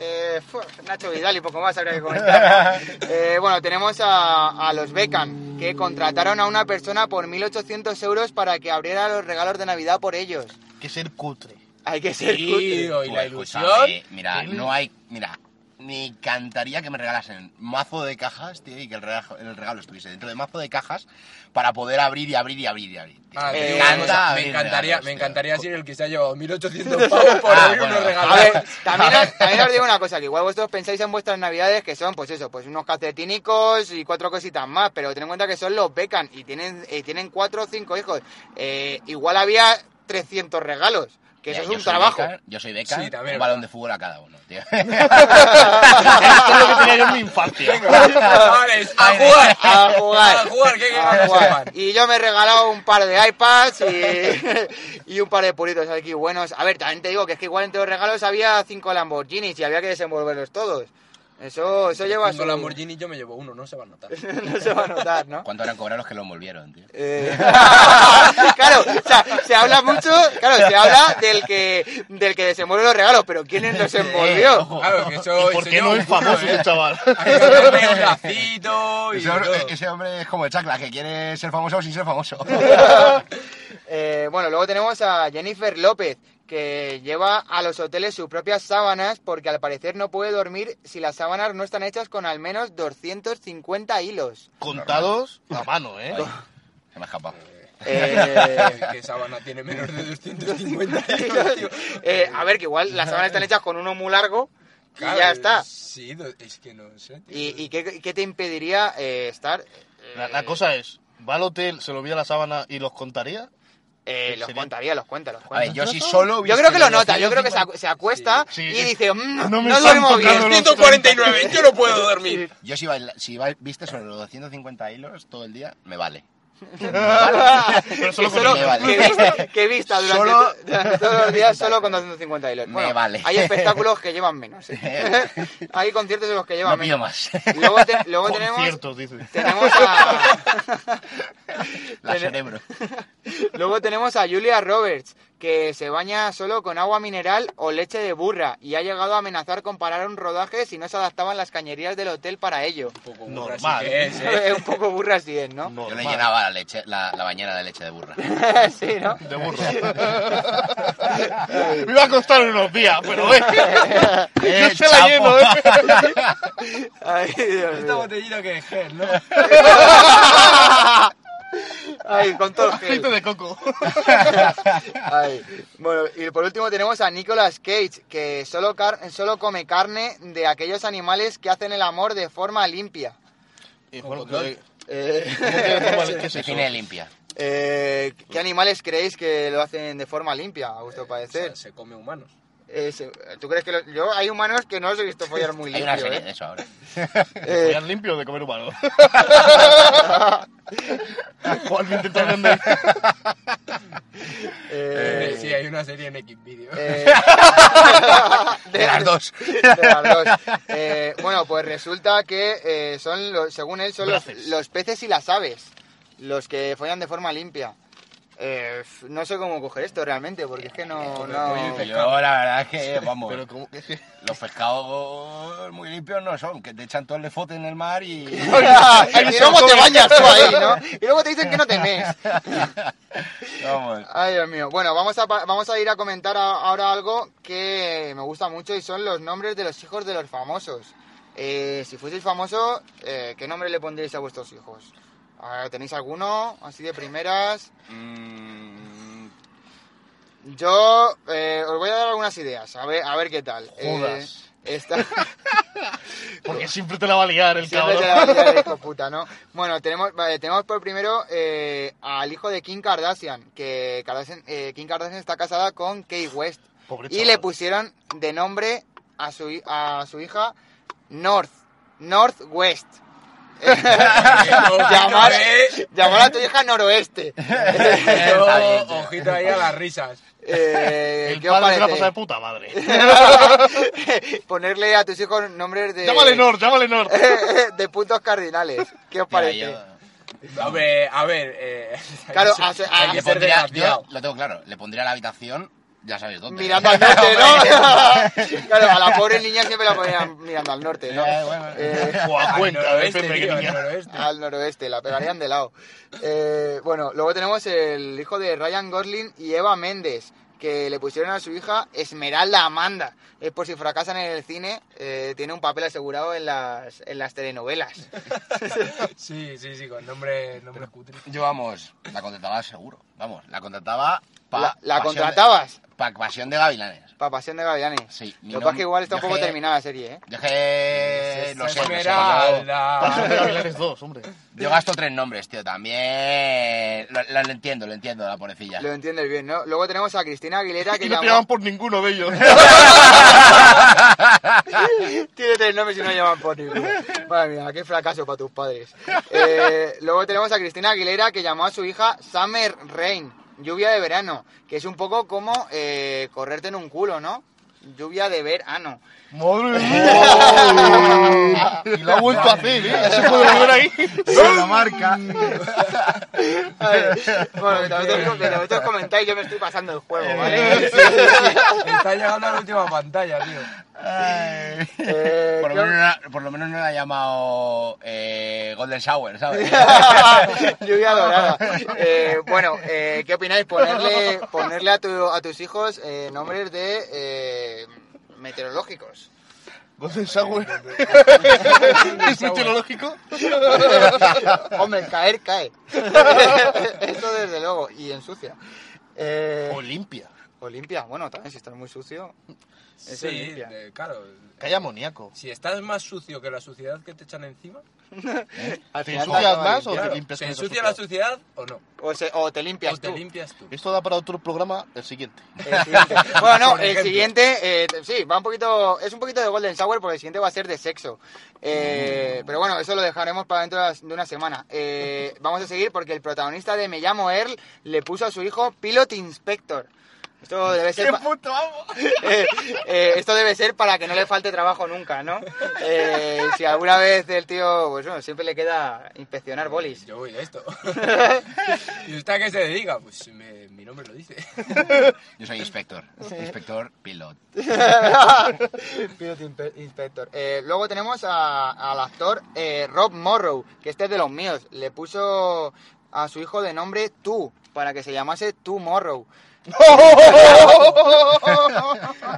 Speaker 2: eh, fu, Nacho Vidal y poco más habría que comentar. Eh, bueno, tenemos a, a los Beckham, que contrataron a una persona por 1.800 euros para que abriera los regalos de Navidad por ellos.
Speaker 3: Que ser cutre.
Speaker 2: Hay que ser cutre.
Speaker 4: Tío, y
Speaker 5: Tú,
Speaker 4: la
Speaker 5: Pues escúchame,
Speaker 4: ilusión...
Speaker 5: Mira, no hay. Mira, me encantaría que me regalasen mazo de cajas, tío, y que el regalo, el regalo estuviese dentro de mazo de cajas para poder abrir y abrir y abrir y abrir. tío.
Speaker 4: Ah,
Speaker 5: me,
Speaker 4: te digo una
Speaker 5: encanta
Speaker 4: cosa, me
Speaker 5: abrir
Speaker 4: encantaría,
Speaker 5: regalos,
Speaker 4: me
Speaker 5: tío.
Speaker 4: encantaría ser el que se ha llevado 1800 pavos por
Speaker 5: Ah,
Speaker 4: abrir
Speaker 5: bueno.
Speaker 4: unos
Speaker 2: A
Speaker 4: regalos.
Speaker 2: ver, también, os- también os digo una cosa, que igual vosotros pensáis en vuestras navidades que son, pues eso, pues unos calcetínicos y cuatro cositas más, pero ten en cuenta que son los Beckham y tienen, eh, tienen cuatro o cinco hijos. Eh, igual había 300 regalos, que eso
Speaker 5: Mira,
Speaker 2: es
Speaker 5: yo
Speaker 2: un
Speaker 5: soy
Speaker 2: trabajo.
Speaker 5: Beckham, yo soy beca,
Speaker 4: Sí, también,
Speaker 5: un
Speaker 4: ¿verdad?
Speaker 5: balón de fútbol a cada uno, tío.
Speaker 3: Esto es lo que tenía yo en mi infancia.
Speaker 4: Chavales, a jugar,
Speaker 2: A jugar.
Speaker 4: a jugar, ¿qué
Speaker 2: Ah,
Speaker 4: queremos
Speaker 2: guay.
Speaker 4: jugar?
Speaker 2: Y yo me he regalado un par de iPads y, y un par de puritos aquí buenos. A ver, también te digo que es que igual entre los regalos había cinco Lamborghinis y había que desenvolverlos todos. Eso, eso lleva a
Speaker 4: Con
Speaker 2: su-
Speaker 4: Lamborghini yo me llevo uno, no se va a notar.
Speaker 2: No se va a notar, ¿no?
Speaker 5: ¿Cuánto eran cobrar los que lo envolvieron, tío?
Speaker 2: Eh, claro, o sea, se habla mucho, claro, se habla del que del que desenvuelve los regalos, pero ¿quién los envolvió?
Speaker 5: Ojo.
Speaker 4: Claro, que eso...
Speaker 3: ¿Y por qué
Speaker 4: eso
Speaker 3: no
Speaker 4: lleva
Speaker 3: es famoso
Speaker 4: mucho, ¿eh?
Speaker 3: el chaval?
Speaker 4: Hay que darle un lacito y
Speaker 5: Ese
Speaker 4: todo.
Speaker 5: hombre, ese hombre es como el chacla, que quiere ser famoso sin ser famoso.
Speaker 2: Eh, bueno, luego tenemos a Jennifer López, que lleva a los hoteles sus propias sábanas porque al parecer no puede dormir si las sábanas no están hechas con al menos 250 hilos.
Speaker 3: Contados a mano, ¿eh?
Speaker 5: Se me ha escapado.
Speaker 2: Eh,
Speaker 4: Que sábana tiene menos de 250 euros, tío.
Speaker 2: eh, a ver, que igual las sábanas están hechas con uno muy largo y
Speaker 4: Claro, eh,
Speaker 2: ya está.
Speaker 4: Sí, do- es que no sé. tío.
Speaker 2: ¿Y, y qué, qué te impediría eh, estar? eh,
Speaker 3: La, la cosa es, ¿va al hotel, se lo olvida la sábana y los contaría?
Speaker 2: Eh, los
Speaker 3: Sería-
Speaker 2: contaría, los cuenta, los
Speaker 5: A
Speaker 2: cuenta.
Speaker 5: ver, yo si solo
Speaker 2: Yo
Speaker 5: hubiese
Speaker 2: creo que lo
Speaker 5: tenido
Speaker 2: nota, yo creo que se,
Speaker 5: 150
Speaker 2: acu- se acuesta
Speaker 3: Sí.
Speaker 2: y dice, "Mm,
Speaker 3: No
Speaker 2: no,
Speaker 3: me están
Speaker 2: duermo
Speaker 3: tocando
Speaker 2: bien.
Speaker 3: los-
Speaker 4: 149, yo no puedo dormir.
Speaker 5: Yo si, baila- si ba- viste sobre los 250 hilos todo el día, me vale.
Speaker 3: Pero
Speaker 2: Que,
Speaker 3: solo con
Speaker 2: solo-
Speaker 5: me vale.
Speaker 2: que vista, que vista durante
Speaker 5: Solo-
Speaker 2: to- durante todos los días solo con 250 hilos.
Speaker 5: Me
Speaker 2: Bueno,
Speaker 5: vale.
Speaker 2: Hay espectáculos que llevan menos. ¿eh? hay conciertos en los que llevan
Speaker 5: No pillo
Speaker 2: menos.
Speaker 5: más.
Speaker 2: Luego, te- luego tenemos,
Speaker 3: Conciertos, dice.
Speaker 2: tenemos a...
Speaker 5: La
Speaker 2: Tiene-
Speaker 5: cerebro.
Speaker 2: Luego tenemos a Julia Roberts, que se baña solo con agua mineral o leche de burra y ha llegado a amenazar con parar un rodaje si no se adaptaban las cañerías del hotel para ello.
Speaker 4: Un poco
Speaker 3: Normal.
Speaker 4: burra sí que es, ¿eh?
Speaker 2: Es un poco burra así es, ¿no?
Speaker 5: Yo le
Speaker 3: Normal.
Speaker 5: llenaba la, leche, la, la bañera de leche de burra.
Speaker 2: sí, ¿no?
Speaker 3: De burro. Me iba a costar unos días, pero eh.
Speaker 5: Eh,
Speaker 3: Yo se la
Speaker 5: chapo.
Speaker 3: lleno, eh.
Speaker 2: Ay, Dios mío.
Speaker 4: Esta botellita que es gel, ¿no?
Speaker 2: Ay, con todo el gel.
Speaker 3: Aceite de coco.
Speaker 2: Ay. Bueno, y por último tenemos a Nicolas Cage, que solo, car- solo come carne de aquellos animales que hacen el amor de forma limpia.
Speaker 3: Y bueno, que-
Speaker 2: Eh,
Speaker 3: ¿qué es
Speaker 5: Se
Speaker 3: eso?
Speaker 5: tiene limpia.
Speaker 2: eh, ¿Qué animales creéis que lo hacen de forma limpia, a vuestro
Speaker 4: O sea,
Speaker 2: parecer?
Speaker 4: se come humanos.
Speaker 2: Eh, se- ¿Tú crees que lo- yo hay humanos que no los he visto follar muy
Speaker 5: Hay una
Speaker 2: limpio?
Speaker 5: serie
Speaker 2: ¿eh?
Speaker 5: de eso ahora.
Speaker 2: Eh,
Speaker 3: Follar limpio de comer humano. ¿Cuál me intentas vender?
Speaker 2: eh,
Speaker 4: Sí, hay una serie en Xvideo.
Speaker 2: eh,
Speaker 5: De las dos.
Speaker 2: de las dos. Eh, bueno, pues resulta que eh, son, los- según él, son los,
Speaker 3: Braces.
Speaker 2: los peces y las aves los que follan de forma limpia. Eh, f- no sé cómo coger esto realmente, porque es que no... no-
Speaker 4: pollo y
Speaker 5: Yo la verdad es que, Eh, vamos,
Speaker 3: Pero como que sí.
Speaker 5: los pescados muy limpios no son, que te echan todo el lefote en el mar y...
Speaker 2: y luego te bañas tú ahí, ¿no? Y luego te dicen que no te mees.
Speaker 5: Vamos.
Speaker 2: Ay, Dios mío. Bueno, vamos a, pa- vamos a ir a comentar a- ahora algo que me gusta mucho y son los nombres de los hijos de los famosos. Eh, si fueseis famoso, eh, ¿qué nombre le pondríais a vuestros hijos? A ver, ¿Tenéis alguno así de primeras?
Speaker 5: Mm,
Speaker 2: Yo eh, os voy a dar algunas ideas, a ver, a ver qué tal.
Speaker 3: Judas.
Speaker 2: Eh, esta...
Speaker 3: Porque siempre te la va a liar el
Speaker 2: Siempre
Speaker 3: cabrón.
Speaker 2: te la vas a liar, hijo puta, ¿no? Bueno, tenemos, vale, tenemos por primero eh, al hijo de Kim Kardashian, que Kardashian- eh, Kim Kardashian está casada con Kate West.
Speaker 3: Pobre
Speaker 2: y
Speaker 3: chaval.
Speaker 2: le pusieron de nombre a su, hi- a su hija North, Northwest. llamar,
Speaker 4: eh.
Speaker 3: eh.
Speaker 2: llamar a tu hija noroeste.
Speaker 5: está bien, tío.
Speaker 4: ojito ahí a las risas.
Speaker 2: Eh,
Speaker 3: El
Speaker 2: ¿Qué os
Speaker 3: padre se la pasa de
Speaker 2: parece?
Speaker 3: puta madre.
Speaker 2: Ponerle a tus hijos nombres de,
Speaker 3: Llámale Nord, llámale Nord.
Speaker 2: de puntos cardinales. ¿Qué os parece?
Speaker 5: mira,
Speaker 4: A ver, a ver. eh,
Speaker 2: Claro,
Speaker 4: hay que
Speaker 2: a-
Speaker 4: ser-
Speaker 2: a-
Speaker 4: hay
Speaker 5: yo,
Speaker 4: que
Speaker 5: le
Speaker 4: ser
Speaker 5: pondría, yo
Speaker 4: desgraciado.
Speaker 5: lo tengo claro, le pondría la habitación, ya sabéis dónde.
Speaker 2: Mirando al norte, ¿no? claro, a la pobre niña siempre la ponían mirando al norte, ¿no?
Speaker 5: Eh, bueno.
Speaker 2: Eh,
Speaker 3: O a
Speaker 4: Al
Speaker 3: cuenta,
Speaker 4: noroeste,
Speaker 3: depende de qué
Speaker 4: tío, al
Speaker 3: niña.
Speaker 4: noroeste.
Speaker 2: al noroeste, la pegarían de lado. Eh, bueno, luego tenemos el hijo de Ryan Gosling y Eva Méndez, que le pusieron a su hija Esmeralda Amanda. Es por si fracasan en el cine, eh, tiene un papel asegurado en las, en las telenovelas.
Speaker 4: Sí, sí, sí, con nombre, nombre cutre.
Speaker 5: Yo, vamos, la contrataba seguro. Vamos, la contrataba para.
Speaker 2: ¿La, la contratabas?
Speaker 5: Para Pasión de Gavilanes.
Speaker 2: Para Pasión de Gavilanes.
Speaker 5: Sí, mi
Speaker 2: Lo que pasa es
Speaker 5: nom-
Speaker 2: que igual está un
Speaker 5: yo
Speaker 2: poco
Speaker 5: que-
Speaker 2: terminada la serie, ¿eh?
Speaker 5: Yo es que. eh, No sé, no sé, yo,
Speaker 4: Eh, Esmeralda.
Speaker 3: Pasión de Gavilanes 2, hombre.
Speaker 5: yo gasto tres nombres, tío, también. Lo, lo- lo entiendo, lo entiendo, la pobrecilla.
Speaker 2: Lo entiendes bien, ¿no? Luego tenemos a Cristina Aguilera, que
Speaker 3: Y no
Speaker 2: llamó-
Speaker 3: tiraban por ninguno de ellos.
Speaker 2: Tiene tres nombres y no llaman por ninguno. Madre mía, qué fracaso para tus padres. Eh, luego tenemos a Cristina Aguilera que llamó a su hija Summer Rain, lluvia de verano, que es un poco como eh, correrte en un culo, ¿no? Lluvia de verano.
Speaker 3: Madre mía. Y lo ha vuelto a hacer, ¿eh? Ya se puede volver ahí.
Speaker 6: Se lo marca.
Speaker 2: A ver, bueno, mientras vosotros, mientras vosotros comentáis, yo me estoy pasando el juego,
Speaker 5: Eh,
Speaker 2: ¿vale?
Speaker 4: Está llegando a la última pantalla, tío.
Speaker 5: Ay.
Speaker 2: Eh,
Speaker 5: Por lo,
Speaker 2: creo-
Speaker 5: menos no la, por lo menos no la ha llamado eh, Golden Shower, ¿sabes?
Speaker 2: Lluvia dorada. Eh, bueno, eh, ¿qué opináis? Ponerle, ponerle a, tu- a tus hijos eh, nombres de eh, meteorológicos.
Speaker 3: Golden Shower. ¿Es meteorológico?
Speaker 2: Hombre, caer cae. Eso desde luego. Y ensucia. Eh,
Speaker 3: O limpia.
Speaker 2: o limpia. Bueno, también si estás muy sucio. Eso es
Speaker 4: Sí,
Speaker 2: limpia.
Speaker 4: de- claro.
Speaker 3: Que hay amoníaco.
Speaker 4: Si estás más sucio que la suciedad que te echan encima,
Speaker 2: Al
Speaker 3: ¿Te
Speaker 2: final
Speaker 3: ensucias
Speaker 2: acaba
Speaker 3: más
Speaker 2: limpiando.
Speaker 3: o te
Speaker 4: claro,
Speaker 3: limpias
Speaker 4: ¿se
Speaker 3: con esa
Speaker 4: ensucia la
Speaker 3: suciedad?
Speaker 4: suciedad o no?
Speaker 2: O, se- o te limpias
Speaker 4: ¿O te
Speaker 2: tú.
Speaker 4: limpias tú?
Speaker 3: Esto da para otro programa, el siguiente.
Speaker 2: El siguiente. Bueno, no,
Speaker 4: Por
Speaker 2: el
Speaker 4: ejemplo.
Speaker 2: siguiente, eh, sí, va un poquito, es un poquito de Golden Shower porque el siguiente va a ser de sexo.
Speaker 4: Mm.
Speaker 2: Eh, Pero bueno, eso lo dejaremos para dentro de las- de una semana. Eh, vamos a seguir porque el protagonista de Me llamo Earl le puso a su hijo Pilot Inspector. Esto debe ser... pa- Eh, eh, esto debe ser para que no le falte trabajo nunca, ¿no? Eh, si alguna vez el tío, pues bueno, siempre le queda inspeccionar bolis.
Speaker 4: Yo voy de esto. ¿Y usted a qué se dedica? Pues me- mi nombre lo dice.
Speaker 5: Yo soy inspector, inspector pilot.
Speaker 2: Pilot Inpe- Inspector. Eh, luego tenemos a- al actor eh, Rob Morrow, que este es de los míos. Le puso a su hijo de nombre Tú, para que se llamase Tú Morrow.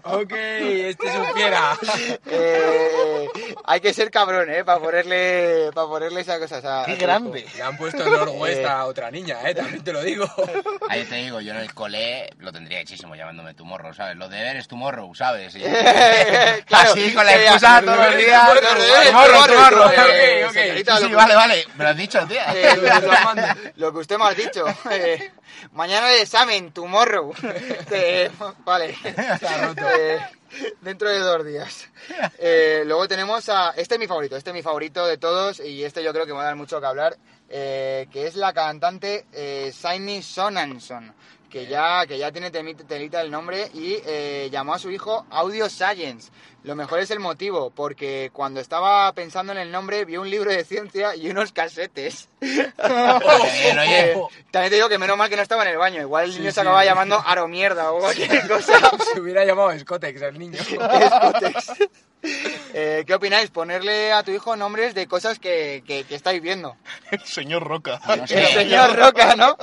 Speaker 4: ok, este supiera.
Speaker 2: Eh, hay que ser cabrón, ¿eh? Para ponerle, para ponerle esas cosas. a-
Speaker 3: ¡Qué
Speaker 2: a tu hijo.
Speaker 3: grande!
Speaker 4: Le han puesto en Norwest a otra niña, ¿eh? También te lo digo.
Speaker 5: Ahí te digo, yo en el cole lo tendría hechísimo llamándome tu morro, ¿sabes? Los deberes tu morro, ¿sabes? Y-
Speaker 2: Claro,
Speaker 5: Así, con la
Speaker 2: que
Speaker 5: excusa
Speaker 2: ya-
Speaker 5: todos los
Speaker 4: deberes,
Speaker 5: días.
Speaker 4: tu
Speaker 2: Los
Speaker 4: morro,
Speaker 2: deberes,
Speaker 5: tu
Speaker 2: tu
Speaker 5: morro, tu morro.
Speaker 2: morro. Eh,
Speaker 4: ok, ok.
Speaker 2: señorita,
Speaker 5: Sí,
Speaker 2: lo
Speaker 5: sí,
Speaker 2: que-
Speaker 5: vale, vale, me lo has dicho, tío.
Speaker 2: Eh, lo, que-
Speaker 4: Lo mando.
Speaker 2: lo que usted me ha dicho. Eh, mañana el examen, tomorrow. Eh, vale. Eh, dentro de dos días. Eh, luego tenemos a... Este es mi favorito, este es mi favorito de todos y este yo creo que me va a dar mucho que hablar, eh, que es la cantante eh, Saini Sonanson. Que ya, que ya tiene temi- telita el nombre y eh, llamó a su hijo Audio Science. Lo mejor es el motivo, porque cuando estaba pensando en el nombre vio un libro de ciencia y unos casetes.
Speaker 5: Bien, oye.
Speaker 2: Eh, también te digo que menos mal que no estaba en el baño. Igual el niño se acababa llamando Aro Mierda o cualquier cosa.
Speaker 4: Se hubiera llamado Scotex el niño.
Speaker 2: Escotex. Eh, ¿Qué opináis? Ponerle a tu hijo nombres de cosas que, que- que estáis viendo.
Speaker 3: El señor Roca.
Speaker 5: No
Speaker 2: El
Speaker 5: sé.
Speaker 2: señor Roca, ¿no?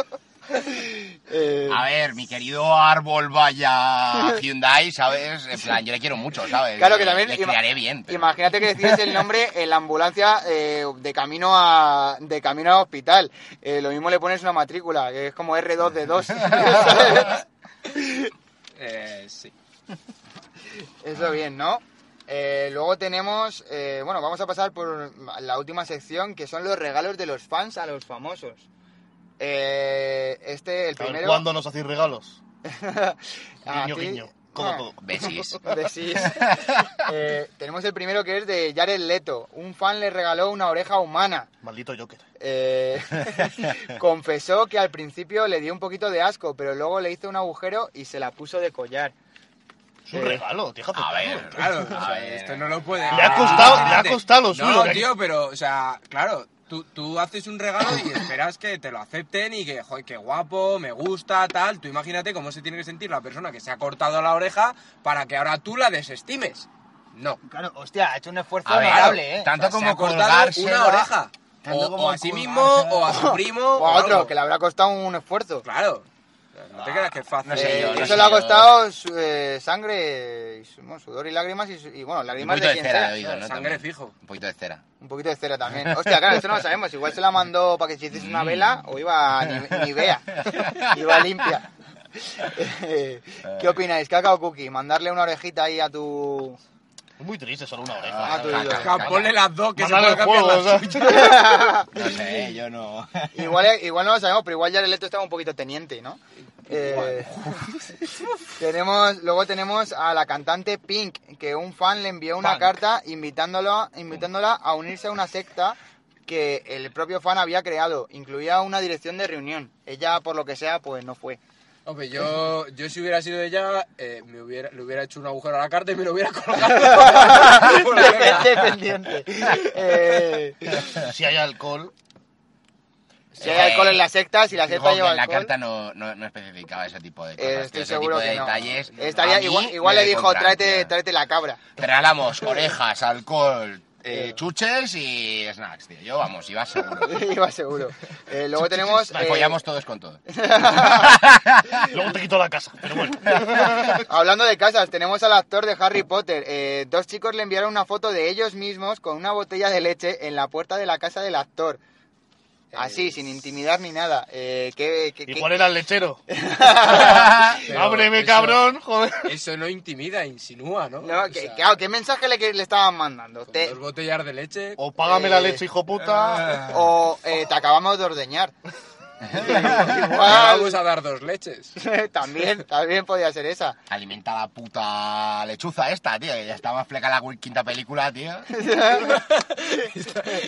Speaker 2: Eh,
Speaker 5: A ver, mi querido árbol vaya Hyundai, ¿sabes? En plan, yo le quiero mucho, ¿sabes?
Speaker 2: Claro que también.
Speaker 5: Le
Speaker 2: ima-
Speaker 5: criaré bien. pero-
Speaker 2: Imagínate que decides el nombre en la ambulancia eh, de camino a de camino al hospital. Eh, lo mismo le pones una matrícula, que es como R2D2. ¿sabes?
Speaker 4: Eh, sí.
Speaker 2: Eso bien, ¿no? Eh, luego tenemos, eh, bueno, vamos a pasar por la última sección que son los regalos de los fans a los famosos. Eh, este, el
Speaker 3: A ver,
Speaker 2: primero.
Speaker 3: ¿Cuándo nos hacéis regalos?
Speaker 2: a
Speaker 3: Guiño,
Speaker 2: ti-
Speaker 3: guiño. Codo,
Speaker 2: Ah.
Speaker 3: codo.
Speaker 5: Besis.
Speaker 2: Decís. Eh, tenemos el primero que es de Jared Leto. Un fan le regaló una oreja humana.
Speaker 3: Maldito Joker.
Speaker 2: Eh, confesó que al principio le dio un poquito de asco, pero luego le hizo un agujero y se la puso de collar.
Speaker 3: Es un
Speaker 2: Eh,
Speaker 3: regalo, tío.
Speaker 5: A ver,
Speaker 4: Claro, o sea,
Speaker 5: A ver.
Speaker 4: esto no lo puede.
Speaker 3: Le ha costado- le ha
Speaker 4: Imagínate.
Speaker 3: costado lo suyo,
Speaker 4: No,
Speaker 3: que-
Speaker 4: tío, pero, o sea, claro, tú, tú haces un regalo y esperas que te lo acepten y que, joder, qué guapo, me gusta, tal. Tú imagínate cómo se tiene que sentir la persona que se ha cortado la oreja para que ahora tú la desestimes. No.
Speaker 1: Claro, hostia, ha hecho un esfuerzo
Speaker 5: A ver,
Speaker 1: notable, ¿eh?
Speaker 5: tanto
Speaker 4: O sea, se
Speaker 5: como
Speaker 4: ha cortado
Speaker 5: colgarse
Speaker 4: una oreja.
Speaker 1: Tanto
Speaker 4: O,
Speaker 1: como
Speaker 4: o a sí mismo,
Speaker 1: colgársela.
Speaker 4: o a su primo.
Speaker 2: O a otro,
Speaker 4: algo.
Speaker 2: que le habrá costado un esfuerzo.
Speaker 4: Claro. No te creas que es fácil.
Speaker 5: No sé
Speaker 2: Eh,
Speaker 5: yo, no
Speaker 2: eso
Speaker 5: sé
Speaker 2: le ha
Speaker 5: yo.
Speaker 2: costado su- eh, sangre, y su- bueno, sudor y lágrimas. Y, su- y, bueno,
Speaker 5: Un
Speaker 2: lágrimas
Speaker 5: poquito
Speaker 2: de
Speaker 5: de
Speaker 2: quien
Speaker 5: cera,
Speaker 2: sea.
Speaker 5: he oído, ¿no?
Speaker 4: Sangre
Speaker 5: También.
Speaker 4: fijo.
Speaker 5: Un poquito de cera.
Speaker 2: Un poquito de cera también. Hostia, claro, eso no lo sabemos. Igual se la mandó para que se hiciese una vela o iba a ni- Nivea. iba limpia. Eh, ¿Qué opináis? Cacao Cookie, mandarle una orejita ahí a tu.
Speaker 3: Es muy triste solo una oreja.
Speaker 2: Ah, tú
Speaker 5: Caca,
Speaker 2: y yo.
Speaker 5: caca.
Speaker 4: Venga, ponle las dos que se
Speaker 3: Mandale
Speaker 4: puede
Speaker 3: el
Speaker 4: cambiar
Speaker 3: juego,
Speaker 4: las
Speaker 3: o sea.
Speaker 5: No sé, yo no.
Speaker 2: Igual, eh, igual no lo sabemos, pero igual ya el Leto estaba un poquito teniente, ¿no? Eh, tenemos, luego tenemos a la cantante Pink, que un fan le envió una
Speaker 3: Punk.
Speaker 2: carta invitándola, invitándola a unirse a una secta que el propio fan había creado, incluía una dirección de reunión. Ella, por lo que sea, pues no fue.
Speaker 4: Hombre, yo, yo si hubiera sido ella, eh, me hubiera, le hubiera hecho un agujero a la carta y me lo hubiera colgado. Por la oreja.
Speaker 2: Dependiente. Eh,
Speaker 3: Si hay alcohol,
Speaker 2: si hay alcohol en la secta, si la
Speaker 5: Fijo
Speaker 2: secta
Speaker 5: que
Speaker 2: lleva
Speaker 5: en la
Speaker 2: alcohol...
Speaker 5: carta no, no, no especificaba ese tipo de cosas.
Speaker 2: eh,
Speaker 5: tío,
Speaker 2: estoy
Speaker 5: ese
Speaker 2: seguro
Speaker 5: tipo de
Speaker 2: que no.
Speaker 5: detalles. a
Speaker 2: Estaría
Speaker 5: mí
Speaker 2: igual, igual
Speaker 5: me
Speaker 2: le dijo,
Speaker 5: desconcran,
Speaker 2: tráete,
Speaker 5: tío.
Speaker 2: tráete la cabra.
Speaker 5: Regalamos orejas, alcohol, eh, chuches y snacks, tío. Yo, vamos, iba seguro.
Speaker 2: Iba seguro. Eh, luego tenemos.
Speaker 5: Nos
Speaker 2: eh,
Speaker 5: follamos todos con todo.
Speaker 3: luego te quito la casa. Pero bueno.
Speaker 2: eh, hablando de casas, tenemos al actor de Harry Potter. Eh, dos chicos le enviaron una foto de ellos mismos con una botella de leche en la puerta de la casa del actor. Así, sin intimidad ni nada. Eh, ¿qué- qué- qué-
Speaker 3: Igual era el lechero.
Speaker 4: Pero
Speaker 3: Ábreme,
Speaker 4: eso-
Speaker 3: cabrón. Joder.
Speaker 4: Eso no intimida, insinúa, ¿no?
Speaker 2: No,
Speaker 4: O
Speaker 2: ¿qué-
Speaker 4: sea,
Speaker 2: claro, ¿qué mensaje le, que le estaban mandando?
Speaker 4: con
Speaker 2: Te-
Speaker 4: dos botellas de Oh, leche.
Speaker 3: O págame la
Speaker 2: Eh,
Speaker 3: leche, hijo puta.
Speaker 2: o eh, te acabamos de ordeñar.
Speaker 4: te
Speaker 2: Igual.
Speaker 4: vamos a dar dos leches.
Speaker 2: también, también podía ser esa.
Speaker 5: Alimenta la puta lechuza esta, tío. que Ya está más fleca la cu- quinta película, tío.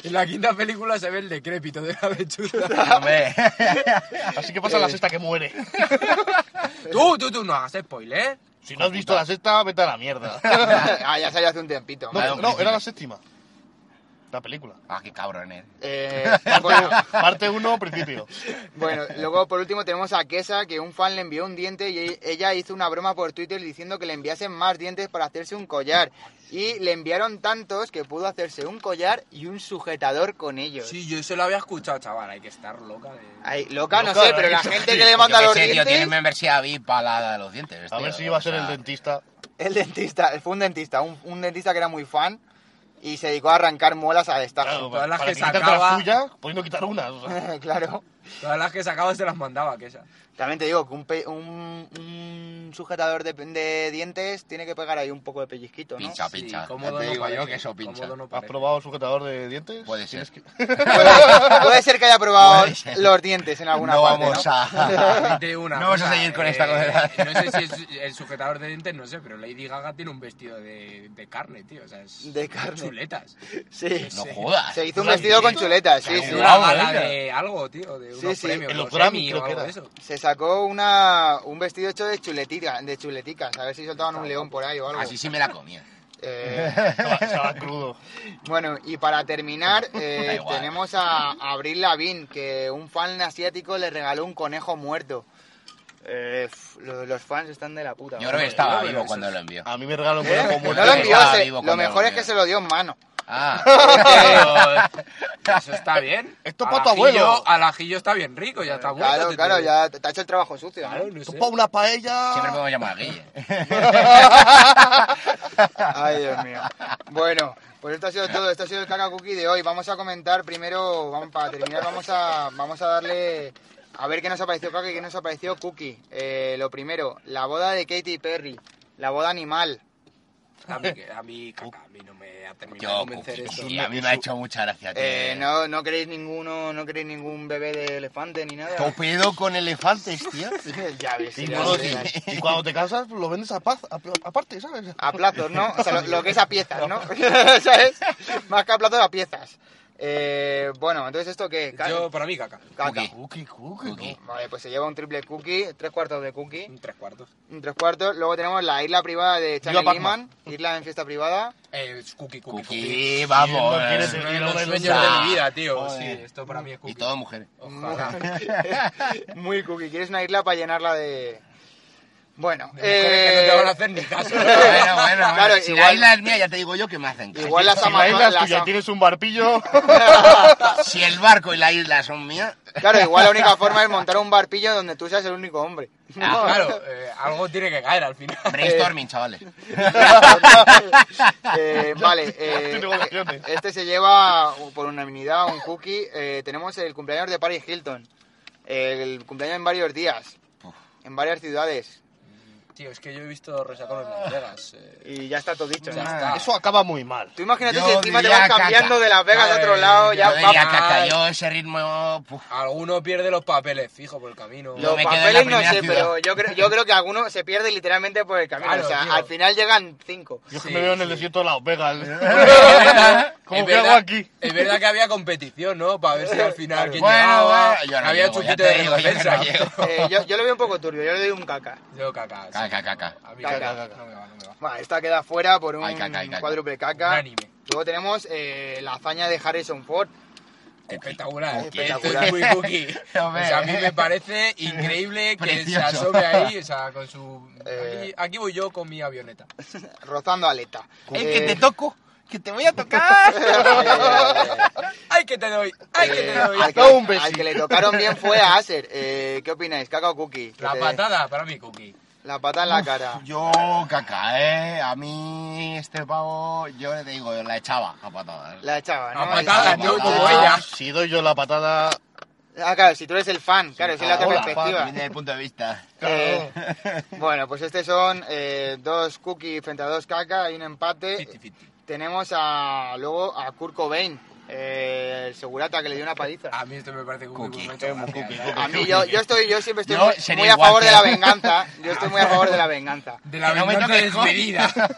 Speaker 4: En la quinta película se ve el decrépito de la lechuza.
Speaker 5: Hombre.
Speaker 3: Así que pasa la sexta que muere.
Speaker 4: tú, tú, tú, no hagas spoiler.
Speaker 3: Si no has visto la sexta, vete a la mierda.
Speaker 2: ah, ya salió hace un tiempito.
Speaker 3: No,
Speaker 5: Vale,
Speaker 3: no,
Speaker 5: hombre.
Speaker 3: era la séptima. La película.
Speaker 5: Ah, qué cabrón, eh.
Speaker 2: Eh, bueno.
Speaker 3: Parte 1, principio.
Speaker 2: Bueno, luego por último tenemos a Kesa, que un fan le envió un diente y e- ella hizo una broma por Twitter diciendo que le enviasen más dientes para hacerse un collar. Y le enviaron tantos que pudo hacerse un collar y un sujetador con ellos.
Speaker 4: Sí, yo eso lo había escuchado, chaval. Hay que estar loca. de-
Speaker 2: Ay, loca, no
Speaker 3: Loca,
Speaker 2: sé, pero la
Speaker 3: ¿eh?
Speaker 2: gente que le
Speaker 5: Yo
Speaker 2: manda
Speaker 5: qué
Speaker 2: los
Speaker 5: sé, tío, tiene
Speaker 2: dientes...
Speaker 5: membresía VIP para la de los dientes.
Speaker 3: A
Speaker 5: tío,
Speaker 3: ver si iba a
Speaker 5: o
Speaker 3: ser el
Speaker 5: sea.
Speaker 3: dentista.
Speaker 2: El dentista, fue un dentista, un, un dentista que era muy fan y se dedicó a arrancar muelas a destajo.
Speaker 3: Claro,
Speaker 4: Todas
Speaker 3: para,
Speaker 4: las
Speaker 3: para
Speaker 4: que
Speaker 3: quitarte
Speaker 4: sacaba.
Speaker 3: las tuyas, pudiendo quitar una. o sea.
Speaker 2: Claro.
Speaker 4: Todas las que sacabas te las mandaba, que esa.
Speaker 2: También te digo que un, pe- un- un sujetador de, de dientes tiene que pegar ahí un poco de pellizquito, ¿no?
Speaker 5: Pincha, pincha.
Speaker 4: Sí,
Speaker 5: Ya
Speaker 4: cómodo
Speaker 5: te
Speaker 4: no
Speaker 5: digo yo
Speaker 4: parece,
Speaker 5: que eso pincha.
Speaker 4: cómodo no
Speaker 3: ¿Has
Speaker 4: parece.
Speaker 3: probado sujetador de dientes?
Speaker 5: Puede
Speaker 3: Tienes
Speaker 5: ser.
Speaker 2: Puede, puede ser que haya probado
Speaker 5: Puede ser.
Speaker 2: los dientes en alguna
Speaker 5: No
Speaker 2: parte,
Speaker 5: vamos
Speaker 2: ¿no?
Speaker 5: a.
Speaker 4: Realmente una
Speaker 5: No vamos a
Speaker 4: cosa,
Speaker 5: seguir con
Speaker 4: eh,
Speaker 5: esta
Speaker 4: No
Speaker 5: cosa.
Speaker 4: sé si es el sujetador de dientes, no sé, pero Lady Gaga tiene un vestido de, de carne, tío. O sea, es
Speaker 2: De carne.
Speaker 4: chuletas.
Speaker 2: Sí.
Speaker 5: No jodas.
Speaker 2: Se hizo un
Speaker 3: Una
Speaker 2: vestido con
Speaker 3: mierda.
Speaker 2: chuletas, sí,
Speaker 5: Qué
Speaker 2: sí. Ah,
Speaker 4: Es
Speaker 5: Wow,
Speaker 4: una gala
Speaker 5: venga.
Speaker 4: de algo, tío, de
Speaker 2: Sí,
Speaker 4: unos
Speaker 2: sí.
Speaker 4: premios.
Speaker 3: En los
Speaker 4: los
Speaker 3: Grammy,
Speaker 4: Emmy o
Speaker 3: creo que
Speaker 4: algo
Speaker 3: era.
Speaker 4: de eso.
Speaker 2: Se sacó una, un vestido hecho de chuletica, de chuleticas, a ver si soltaban un león por ahí o algo.
Speaker 5: Así sí me la comía.
Speaker 2: Eh,
Speaker 3: Estaba, estaba crudo.
Speaker 2: bueno, y para terminar, eh,
Speaker 5: Da igual.
Speaker 2: tenemos a Abril Lavín, que un fan asiático le regaló un conejo muerto. Eh, f- lo- los fans están de la puta.
Speaker 5: Yo creo que
Speaker 2: ¿no?
Speaker 5: estaba
Speaker 4: yo,
Speaker 5: vivo
Speaker 4: pero
Speaker 5: cuando
Speaker 4: eso
Speaker 3: Ah.
Speaker 5: lo envió.
Speaker 3: A mí me regalan un
Speaker 2: ¿Eh?
Speaker 3: conejo
Speaker 2: No
Speaker 3: muerto.
Speaker 2: lo envió,
Speaker 5: Estaba
Speaker 2: se-
Speaker 5: vivo
Speaker 2: lo
Speaker 5: cuando lo
Speaker 2: mejor es
Speaker 5: envió.
Speaker 2: que se lo dio en mano. Eh,
Speaker 5: Ah.
Speaker 4: Eso está bien.
Speaker 3: Esto
Speaker 4: Al
Speaker 3: pa' tu
Speaker 4: ajillo-
Speaker 3: abuelo.
Speaker 4: Al ajillo está bien rico, ya está bueno.
Speaker 2: Claro,
Speaker 4: te
Speaker 2: claro,
Speaker 4: digo.
Speaker 2: ya te te ha hecho el trabajo sucio. ¿no?
Speaker 4: Claro, no
Speaker 3: Tú
Speaker 4: sé.
Speaker 3: pa' una paella.
Speaker 5: Siempre podemos llamar a Guille.
Speaker 2: Ay, Dios mío. Bueno, pues esto ha sido todo, esto ha sido el caca cookie de hoy. Vamos a comentar primero, vamos, para terminar, vamos a, vamos a darle a ver qué nos apareció caca y qué nos apareció cookie. Eh, lo primero, la boda de Katy Perry, la boda animal.
Speaker 4: A mí, que- a mí, caca, a mí no me ha terminado de
Speaker 5: Yo,
Speaker 4: convencer
Speaker 5: Cookie,
Speaker 4: esto.
Speaker 5: sí, a mí me ha hecho mucha gracia. tío.
Speaker 2: Eh, no, no queréis ninguno, no queréis ningún bebé de elefante ni nada.
Speaker 5: Topedo con elefantes, tío.
Speaker 2: ya ves.
Speaker 3: Y,
Speaker 2: ya
Speaker 3: bueno,
Speaker 2: ves.
Speaker 3: y- y cuando te casas, pues, lo vendes a paz, a- aparte, ¿sabes?
Speaker 2: A plazos, ¿no? O sea, lo, lo que es a piezas, ¿no? ¿Sabes? Más que a plazos, a piezas. Eh, bueno, entonces esto qué? Ca-
Speaker 4: Yo, para mí, caca.
Speaker 2: caca.
Speaker 5: Cookie.
Speaker 3: Cookie, cookie,
Speaker 5: Cookie.
Speaker 2: Vale, pues se lleva un triple cookie, tres cuartos de cookie,
Speaker 4: Un tres cuartos.
Speaker 2: un tres cuartos. Luego tenemos la isla privada de Charlie
Speaker 3: Pac-Man.
Speaker 2: Lehman, isla en fiesta privada.
Speaker 4: El cookie, cookie, cookie.
Speaker 5: Cookie, vamos.
Speaker 3: No quieres
Speaker 4: Es
Speaker 3: decir-
Speaker 4: uno de
Speaker 3: Y
Speaker 4: los
Speaker 3: lo de
Speaker 4: sueños
Speaker 5: Lusa.
Speaker 4: de mi vida, tío. Sí,
Speaker 5: Joder.
Speaker 4: esto para mí es
Speaker 5: Y
Speaker 4: cookie.
Speaker 5: todo mujeres.
Speaker 4: Ojalá.
Speaker 2: Muy cookie, quieres una isla para llenarla de... Bueno,
Speaker 4: Mujeres que
Speaker 2: eh,
Speaker 4: no te van a hacer ni caso.
Speaker 5: Bueno, bueno, bueno.
Speaker 2: Claro,
Speaker 5: si la
Speaker 2: igual-
Speaker 5: isla es mía, ya te digo yo que me hacen caso.
Speaker 2: igual las
Speaker 3: Si la isla
Speaker 2: amazonas...
Speaker 3: es tuya,
Speaker 2: las-
Speaker 3: tienes un barpillo.
Speaker 5: Si el barco y la isla son mías,
Speaker 2: Claro, igual la única forma es montar un barpillo donde tú seas el único hombre.
Speaker 4: Ah, claro, eh, algo tiene que caer al final.
Speaker 5: brainstorming, chavales.
Speaker 2: Eh, vale, eh,
Speaker 3: Tengo opciones.
Speaker 2: este se lleva por unanimidad un cookie. Eh, tenemos el cumpleaños de Paris Hilton. El cumpleaños en varios días, en varias ciudades.
Speaker 4: Tío, es que yo he visto resacones en Las Vegas. eh,
Speaker 2: Y ya está todo dicho.
Speaker 4: ya
Speaker 2: ¿no?
Speaker 4: está.
Speaker 3: Eso acaba muy mal.
Speaker 2: Tú imagínate
Speaker 5: Yo
Speaker 2: si encima te vas
Speaker 5: diría
Speaker 2: cambiando
Speaker 5: caca.
Speaker 2: de Las Vegas a otro
Speaker 4: Ay,
Speaker 2: lado. Ya
Speaker 5: Yo diría
Speaker 2: va-
Speaker 5: caca, yo ese ritmo... pues, puf.
Speaker 4: Alguno pierde los papeles, fijo, por el camino.
Speaker 5: Yo
Speaker 2: Los
Speaker 5: me quedo en la
Speaker 2: papeles no
Speaker 5: primera
Speaker 2: sé,
Speaker 5: ciudad.
Speaker 2: pero yo creo, yo creo que algunos se pierden literalmente por el camino.
Speaker 4: Claro,
Speaker 2: o sea,
Speaker 4: tío.
Speaker 2: al final llegan cinco.
Speaker 3: Yo es que
Speaker 4: Sí,
Speaker 3: me veo en el
Speaker 4: sí.
Speaker 3: desierto de Las Vegas.
Speaker 4: Es
Speaker 3: ¿Cómo que
Speaker 4: verdad-
Speaker 3: hago aquí?
Speaker 4: Es verdad que había competición, ¿no? Para ver si al final quién
Speaker 5: Bueno,
Speaker 4: llegaba.
Speaker 5: bueno, yo no
Speaker 4: había
Speaker 5: llego, ya
Speaker 4: chupito
Speaker 5: te
Speaker 4: de
Speaker 5: digo, yo no
Speaker 4: recompensa.
Speaker 5: llego.
Speaker 2: Eh, yo, yo lo veo un poco turbio, yo le doy un caca.
Speaker 4: Yo caca. sí.
Speaker 5: Caca, caca.
Speaker 4: A mí
Speaker 2: Caca,
Speaker 4: caca.
Speaker 3: caca.
Speaker 4: No me va, no me va.
Speaker 2: Bueno, esta queda fuera por un
Speaker 5: Ay, caca, ay, caca.
Speaker 2: cuádruple caca.
Speaker 4: Unánime.
Speaker 2: Luego tenemos eh, la hazaña de Harrison Ford.
Speaker 4: Espectacular,
Speaker 5: Cookie.
Speaker 4: espectacular. Esto es muy cookie.
Speaker 5: Hombre.
Speaker 4: o sea, a mí me parece increíble que se
Speaker 5: Precioso.
Speaker 4: asome ahí, o sea, con su...
Speaker 2: Eh.
Speaker 4: Aquí, aquí voy yo con mi avioneta.
Speaker 2: rozando aleta.
Speaker 5: Es
Speaker 2: Eh,
Speaker 5: que te toco, que te voy a tocar.
Speaker 4: ¡Ay, que te doy! ¡Ay, que te
Speaker 2: eh,
Speaker 4: doy!
Speaker 2: al, que,
Speaker 3: Todo un besito.
Speaker 2: al que le tocaron bien fue a Acer. Eh, ¿Qué opináis? ¿Caca o cookie? Que
Speaker 4: La
Speaker 2: te-
Speaker 4: patada para mí, cookie.
Speaker 2: La pata en la cara.
Speaker 5: Yo, caca, eh. A mí, este pavo, yo le digo, la echaba a patadas.
Speaker 2: La echaba, ¿no?
Speaker 4: A patadas,
Speaker 2: Esa
Speaker 4: yo
Speaker 2: patada.
Speaker 4: como ella.
Speaker 3: Ah, Si doy yo la patada...
Speaker 2: Ah, claro, si tú eres el fan, claro, esa es la otra
Speaker 3: Hola,
Speaker 2: perspectiva.
Speaker 5: Desde el punto de vista.
Speaker 2: Eh, bueno, pues estos son eh, dos cookie frente a dos caca, hay un empate.
Speaker 4: 50-50.
Speaker 2: Tenemos a luego a Kurt Cobain, eh, el segurata que le dio una paliza.
Speaker 4: A mí esto me parece cookie.
Speaker 5: Cookie.
Speaker 4: me ha hecho gracia, ¿no?
Speaker 2: A mí yo, yo estoy yo siempre estoy
Speaker 5: Yo
Speaker 2: muy,
Speaker 5: sería
Speaker 2: muy a
Speaker 5: igual
Speaker 2: favor
Speaker 5: que
Speaker 2: de la
Speaker 5: él.
Speaker 2: venganza. Yo estoy muy a favor de la venganza.
Speaker 4: De la
Speaker 5: Que no me
Speaker 4: venganza
Speaker 5: toques, Jorge.
Speaker 4: desmedida.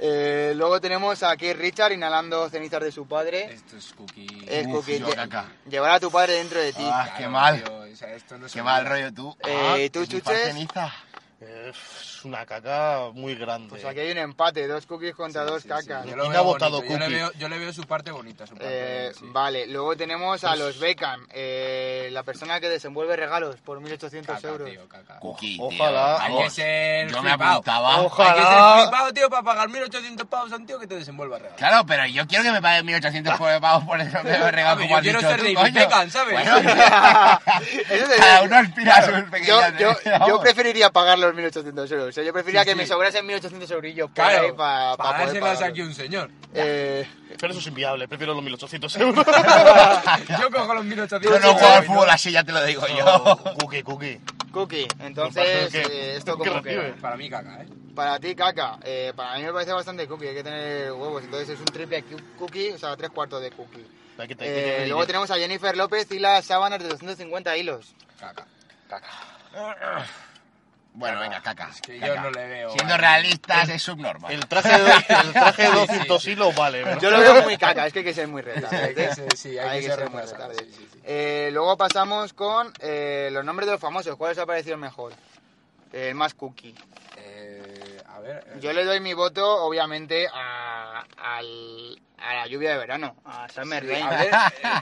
Speaker 2: Eh, luego tenemos a Keith Richard inhalando cenizas de su padre.
Speaker 4: Esto es cookie.
Speaker 2: Es
Speaker 5: Uf,
Speaker 2: cookie.
Speaker 5: yo
Speaker 2: Lle-
Speaker 5: caca.
Speaker 2: Llevar a tu padre dentro de ti.
Speaker 5: Ah,
Speaker 4: Claro,
Speaker 5: Eh, qué mal.
Speaker 4: tío, o sea, esto no se
Speaker 5: Qué mal
Speaker 4: olvida.
Speaker 5: rollo tú. Ah,
Speaker 2: Eh, ¿tú,
Speaker 5: que chupar
Speaker 2: chuches?
Speaker 5: ceniza.
Speaker 3: eh, Es una caca muy grande.
Speaker 2: Pues aquí hay un empate, dos cookies contra dos
Speaker 4: Sí, sí,
Speaker 2: cacas.
Speaker 4: Yo lo
Speaker 3: ¿Quién
Speaker 4: veo
Speaker 3: ha votado
Speaker 4: bonito, yo le
Speaker 3: Cookie?
Speaker 4: veo- Yo le veo su parte bonita, su parte.
Speaker 2: Eh,
Speaker 4: sí. Pues
Speaker 2: Vale, luego tenemos a los Beckham, eh, la persona que desenvuelve regalos por 1800
Speaker 4: Caca,
Speaker 2: euros.
Speaker 4: tío, caca.
Speaker 5: Cookie,
Speaker 3: Ojalá.
Speaker 5: tío.
Speaker 4: Hay que
Speaker 5: vamos.
Speaker 4: ser
Speaker 5: Yo me
Speaker 4: flipado.
Speaker 5: apuntaba.
Speaker 3: Ojalá.
Speaker 4: Hay que ser flipado, tío, para pagar 1800 pavos a un tío que te desenvuelva el regalo.
Speaker 5: Claro, pero yo quiero que me paguen 1800 por- pavos por eso que me
Speaker 4: A
Speaker 5: regalo
Speaker 4: ver,
Speaker 5: como
Speaker 4: yo
Speaker 5: has
Speaker 4: quiero
Speaker 5: dicho
Speaker 4: ser
Speaker 5: tú,
Speaker 4: David
Speaker 5: coño.
Speaker 4: Beckham, ¿sabes?
Speaker 2: Eso sería-
Speaker 5: cada uno aspira a sus
Speaker 2: Yo,
Speaker 5: pequeñas...
Speaker 2: yo, yo
Speaker 5: vamos.
Speaker 2: preferiría pagar los 1800 euros. O sea, yo preferiría
Speaker 4: Sí,
Speaker 2: que
Speaker 4: sí.
Speaker 2: me sobrasen 1800 eurillos por ahí
Speaker 4: Claro,
Speaker 2: pa- pa poder
Speaker 4: pagárselas
Speaker 2: pagarlos.
Speaker 4: aquí un señor.
Speaker 2: Eh,
Speaker 3: Pero eso es inviable, prefiero los 1800 euros.
Speaker 4: Yo cojo los 1800.
Speaker 5: Yo no
Speaker 4: euros,
Speaker 5: juego
Speaker 4: ¿no?
Speaker 5: al fútbol así, ya te lo digo yo.
Speaker 3: No, cookie, cookie.
Speaker 2: Cookie,
Speaker 3: parece
Speaker 2: entonces,
Speaker 3: que-
Speaker 2: eh, esto
Speaker 3: que
Speaker 2: como
Speaker 3: recibe.
Speaker 2: que...
Speaker 4: Para mí, caca, ¿eh?
Speaker 2: Para ti, caca, eh, para mí me parece bastante cookie, hay que tener huevos. Entonces es un triple cu- cookie, o sea, tres cuartos de cookie.
Speaker 3: Hay que- hay que
Speaker 2: Eh,
Speaker 3: tener
Speaker 2: luego
Speaker 3: dinero.
Speaker 2: tenemos a Jennifer López y las sábanas de 250 hilos.
Speaker 4: Caca.
Speaker 5: Bueno, venga, caca.
Speaker 4: Es que
Speaker 5: caca.
Speaker 4: yo no le veo. eh.
Speaker 5: Siendo realistas es subnormal.
Speaker 3: El traje de, el traje de
Speaker 4: Sí,
Speaker 3: 200
Speaker 4: sí, sí.
Speaker 3: hilos vale, pero
Speaker 2: Yo lo veo muy caca, es que hay que ser muy retardado.
Speaker 4: Hay que ser- sí, hay que ser retrasado,
Speaker 2: retardado.
Speaker 4: sí, sí, sí.
Speaker 2: Eh, luego pasamos con eh, los nombres de los famosos. ¿Cuál os ha parecido el mejor? El más cookie.
Speaker 4: Eh, a ver. eh,
Speaker 2: Yo le doy mi voto, obviamente, a, al- a la lluvia de verano, a Summer Rain.
Speaker 4: A ver,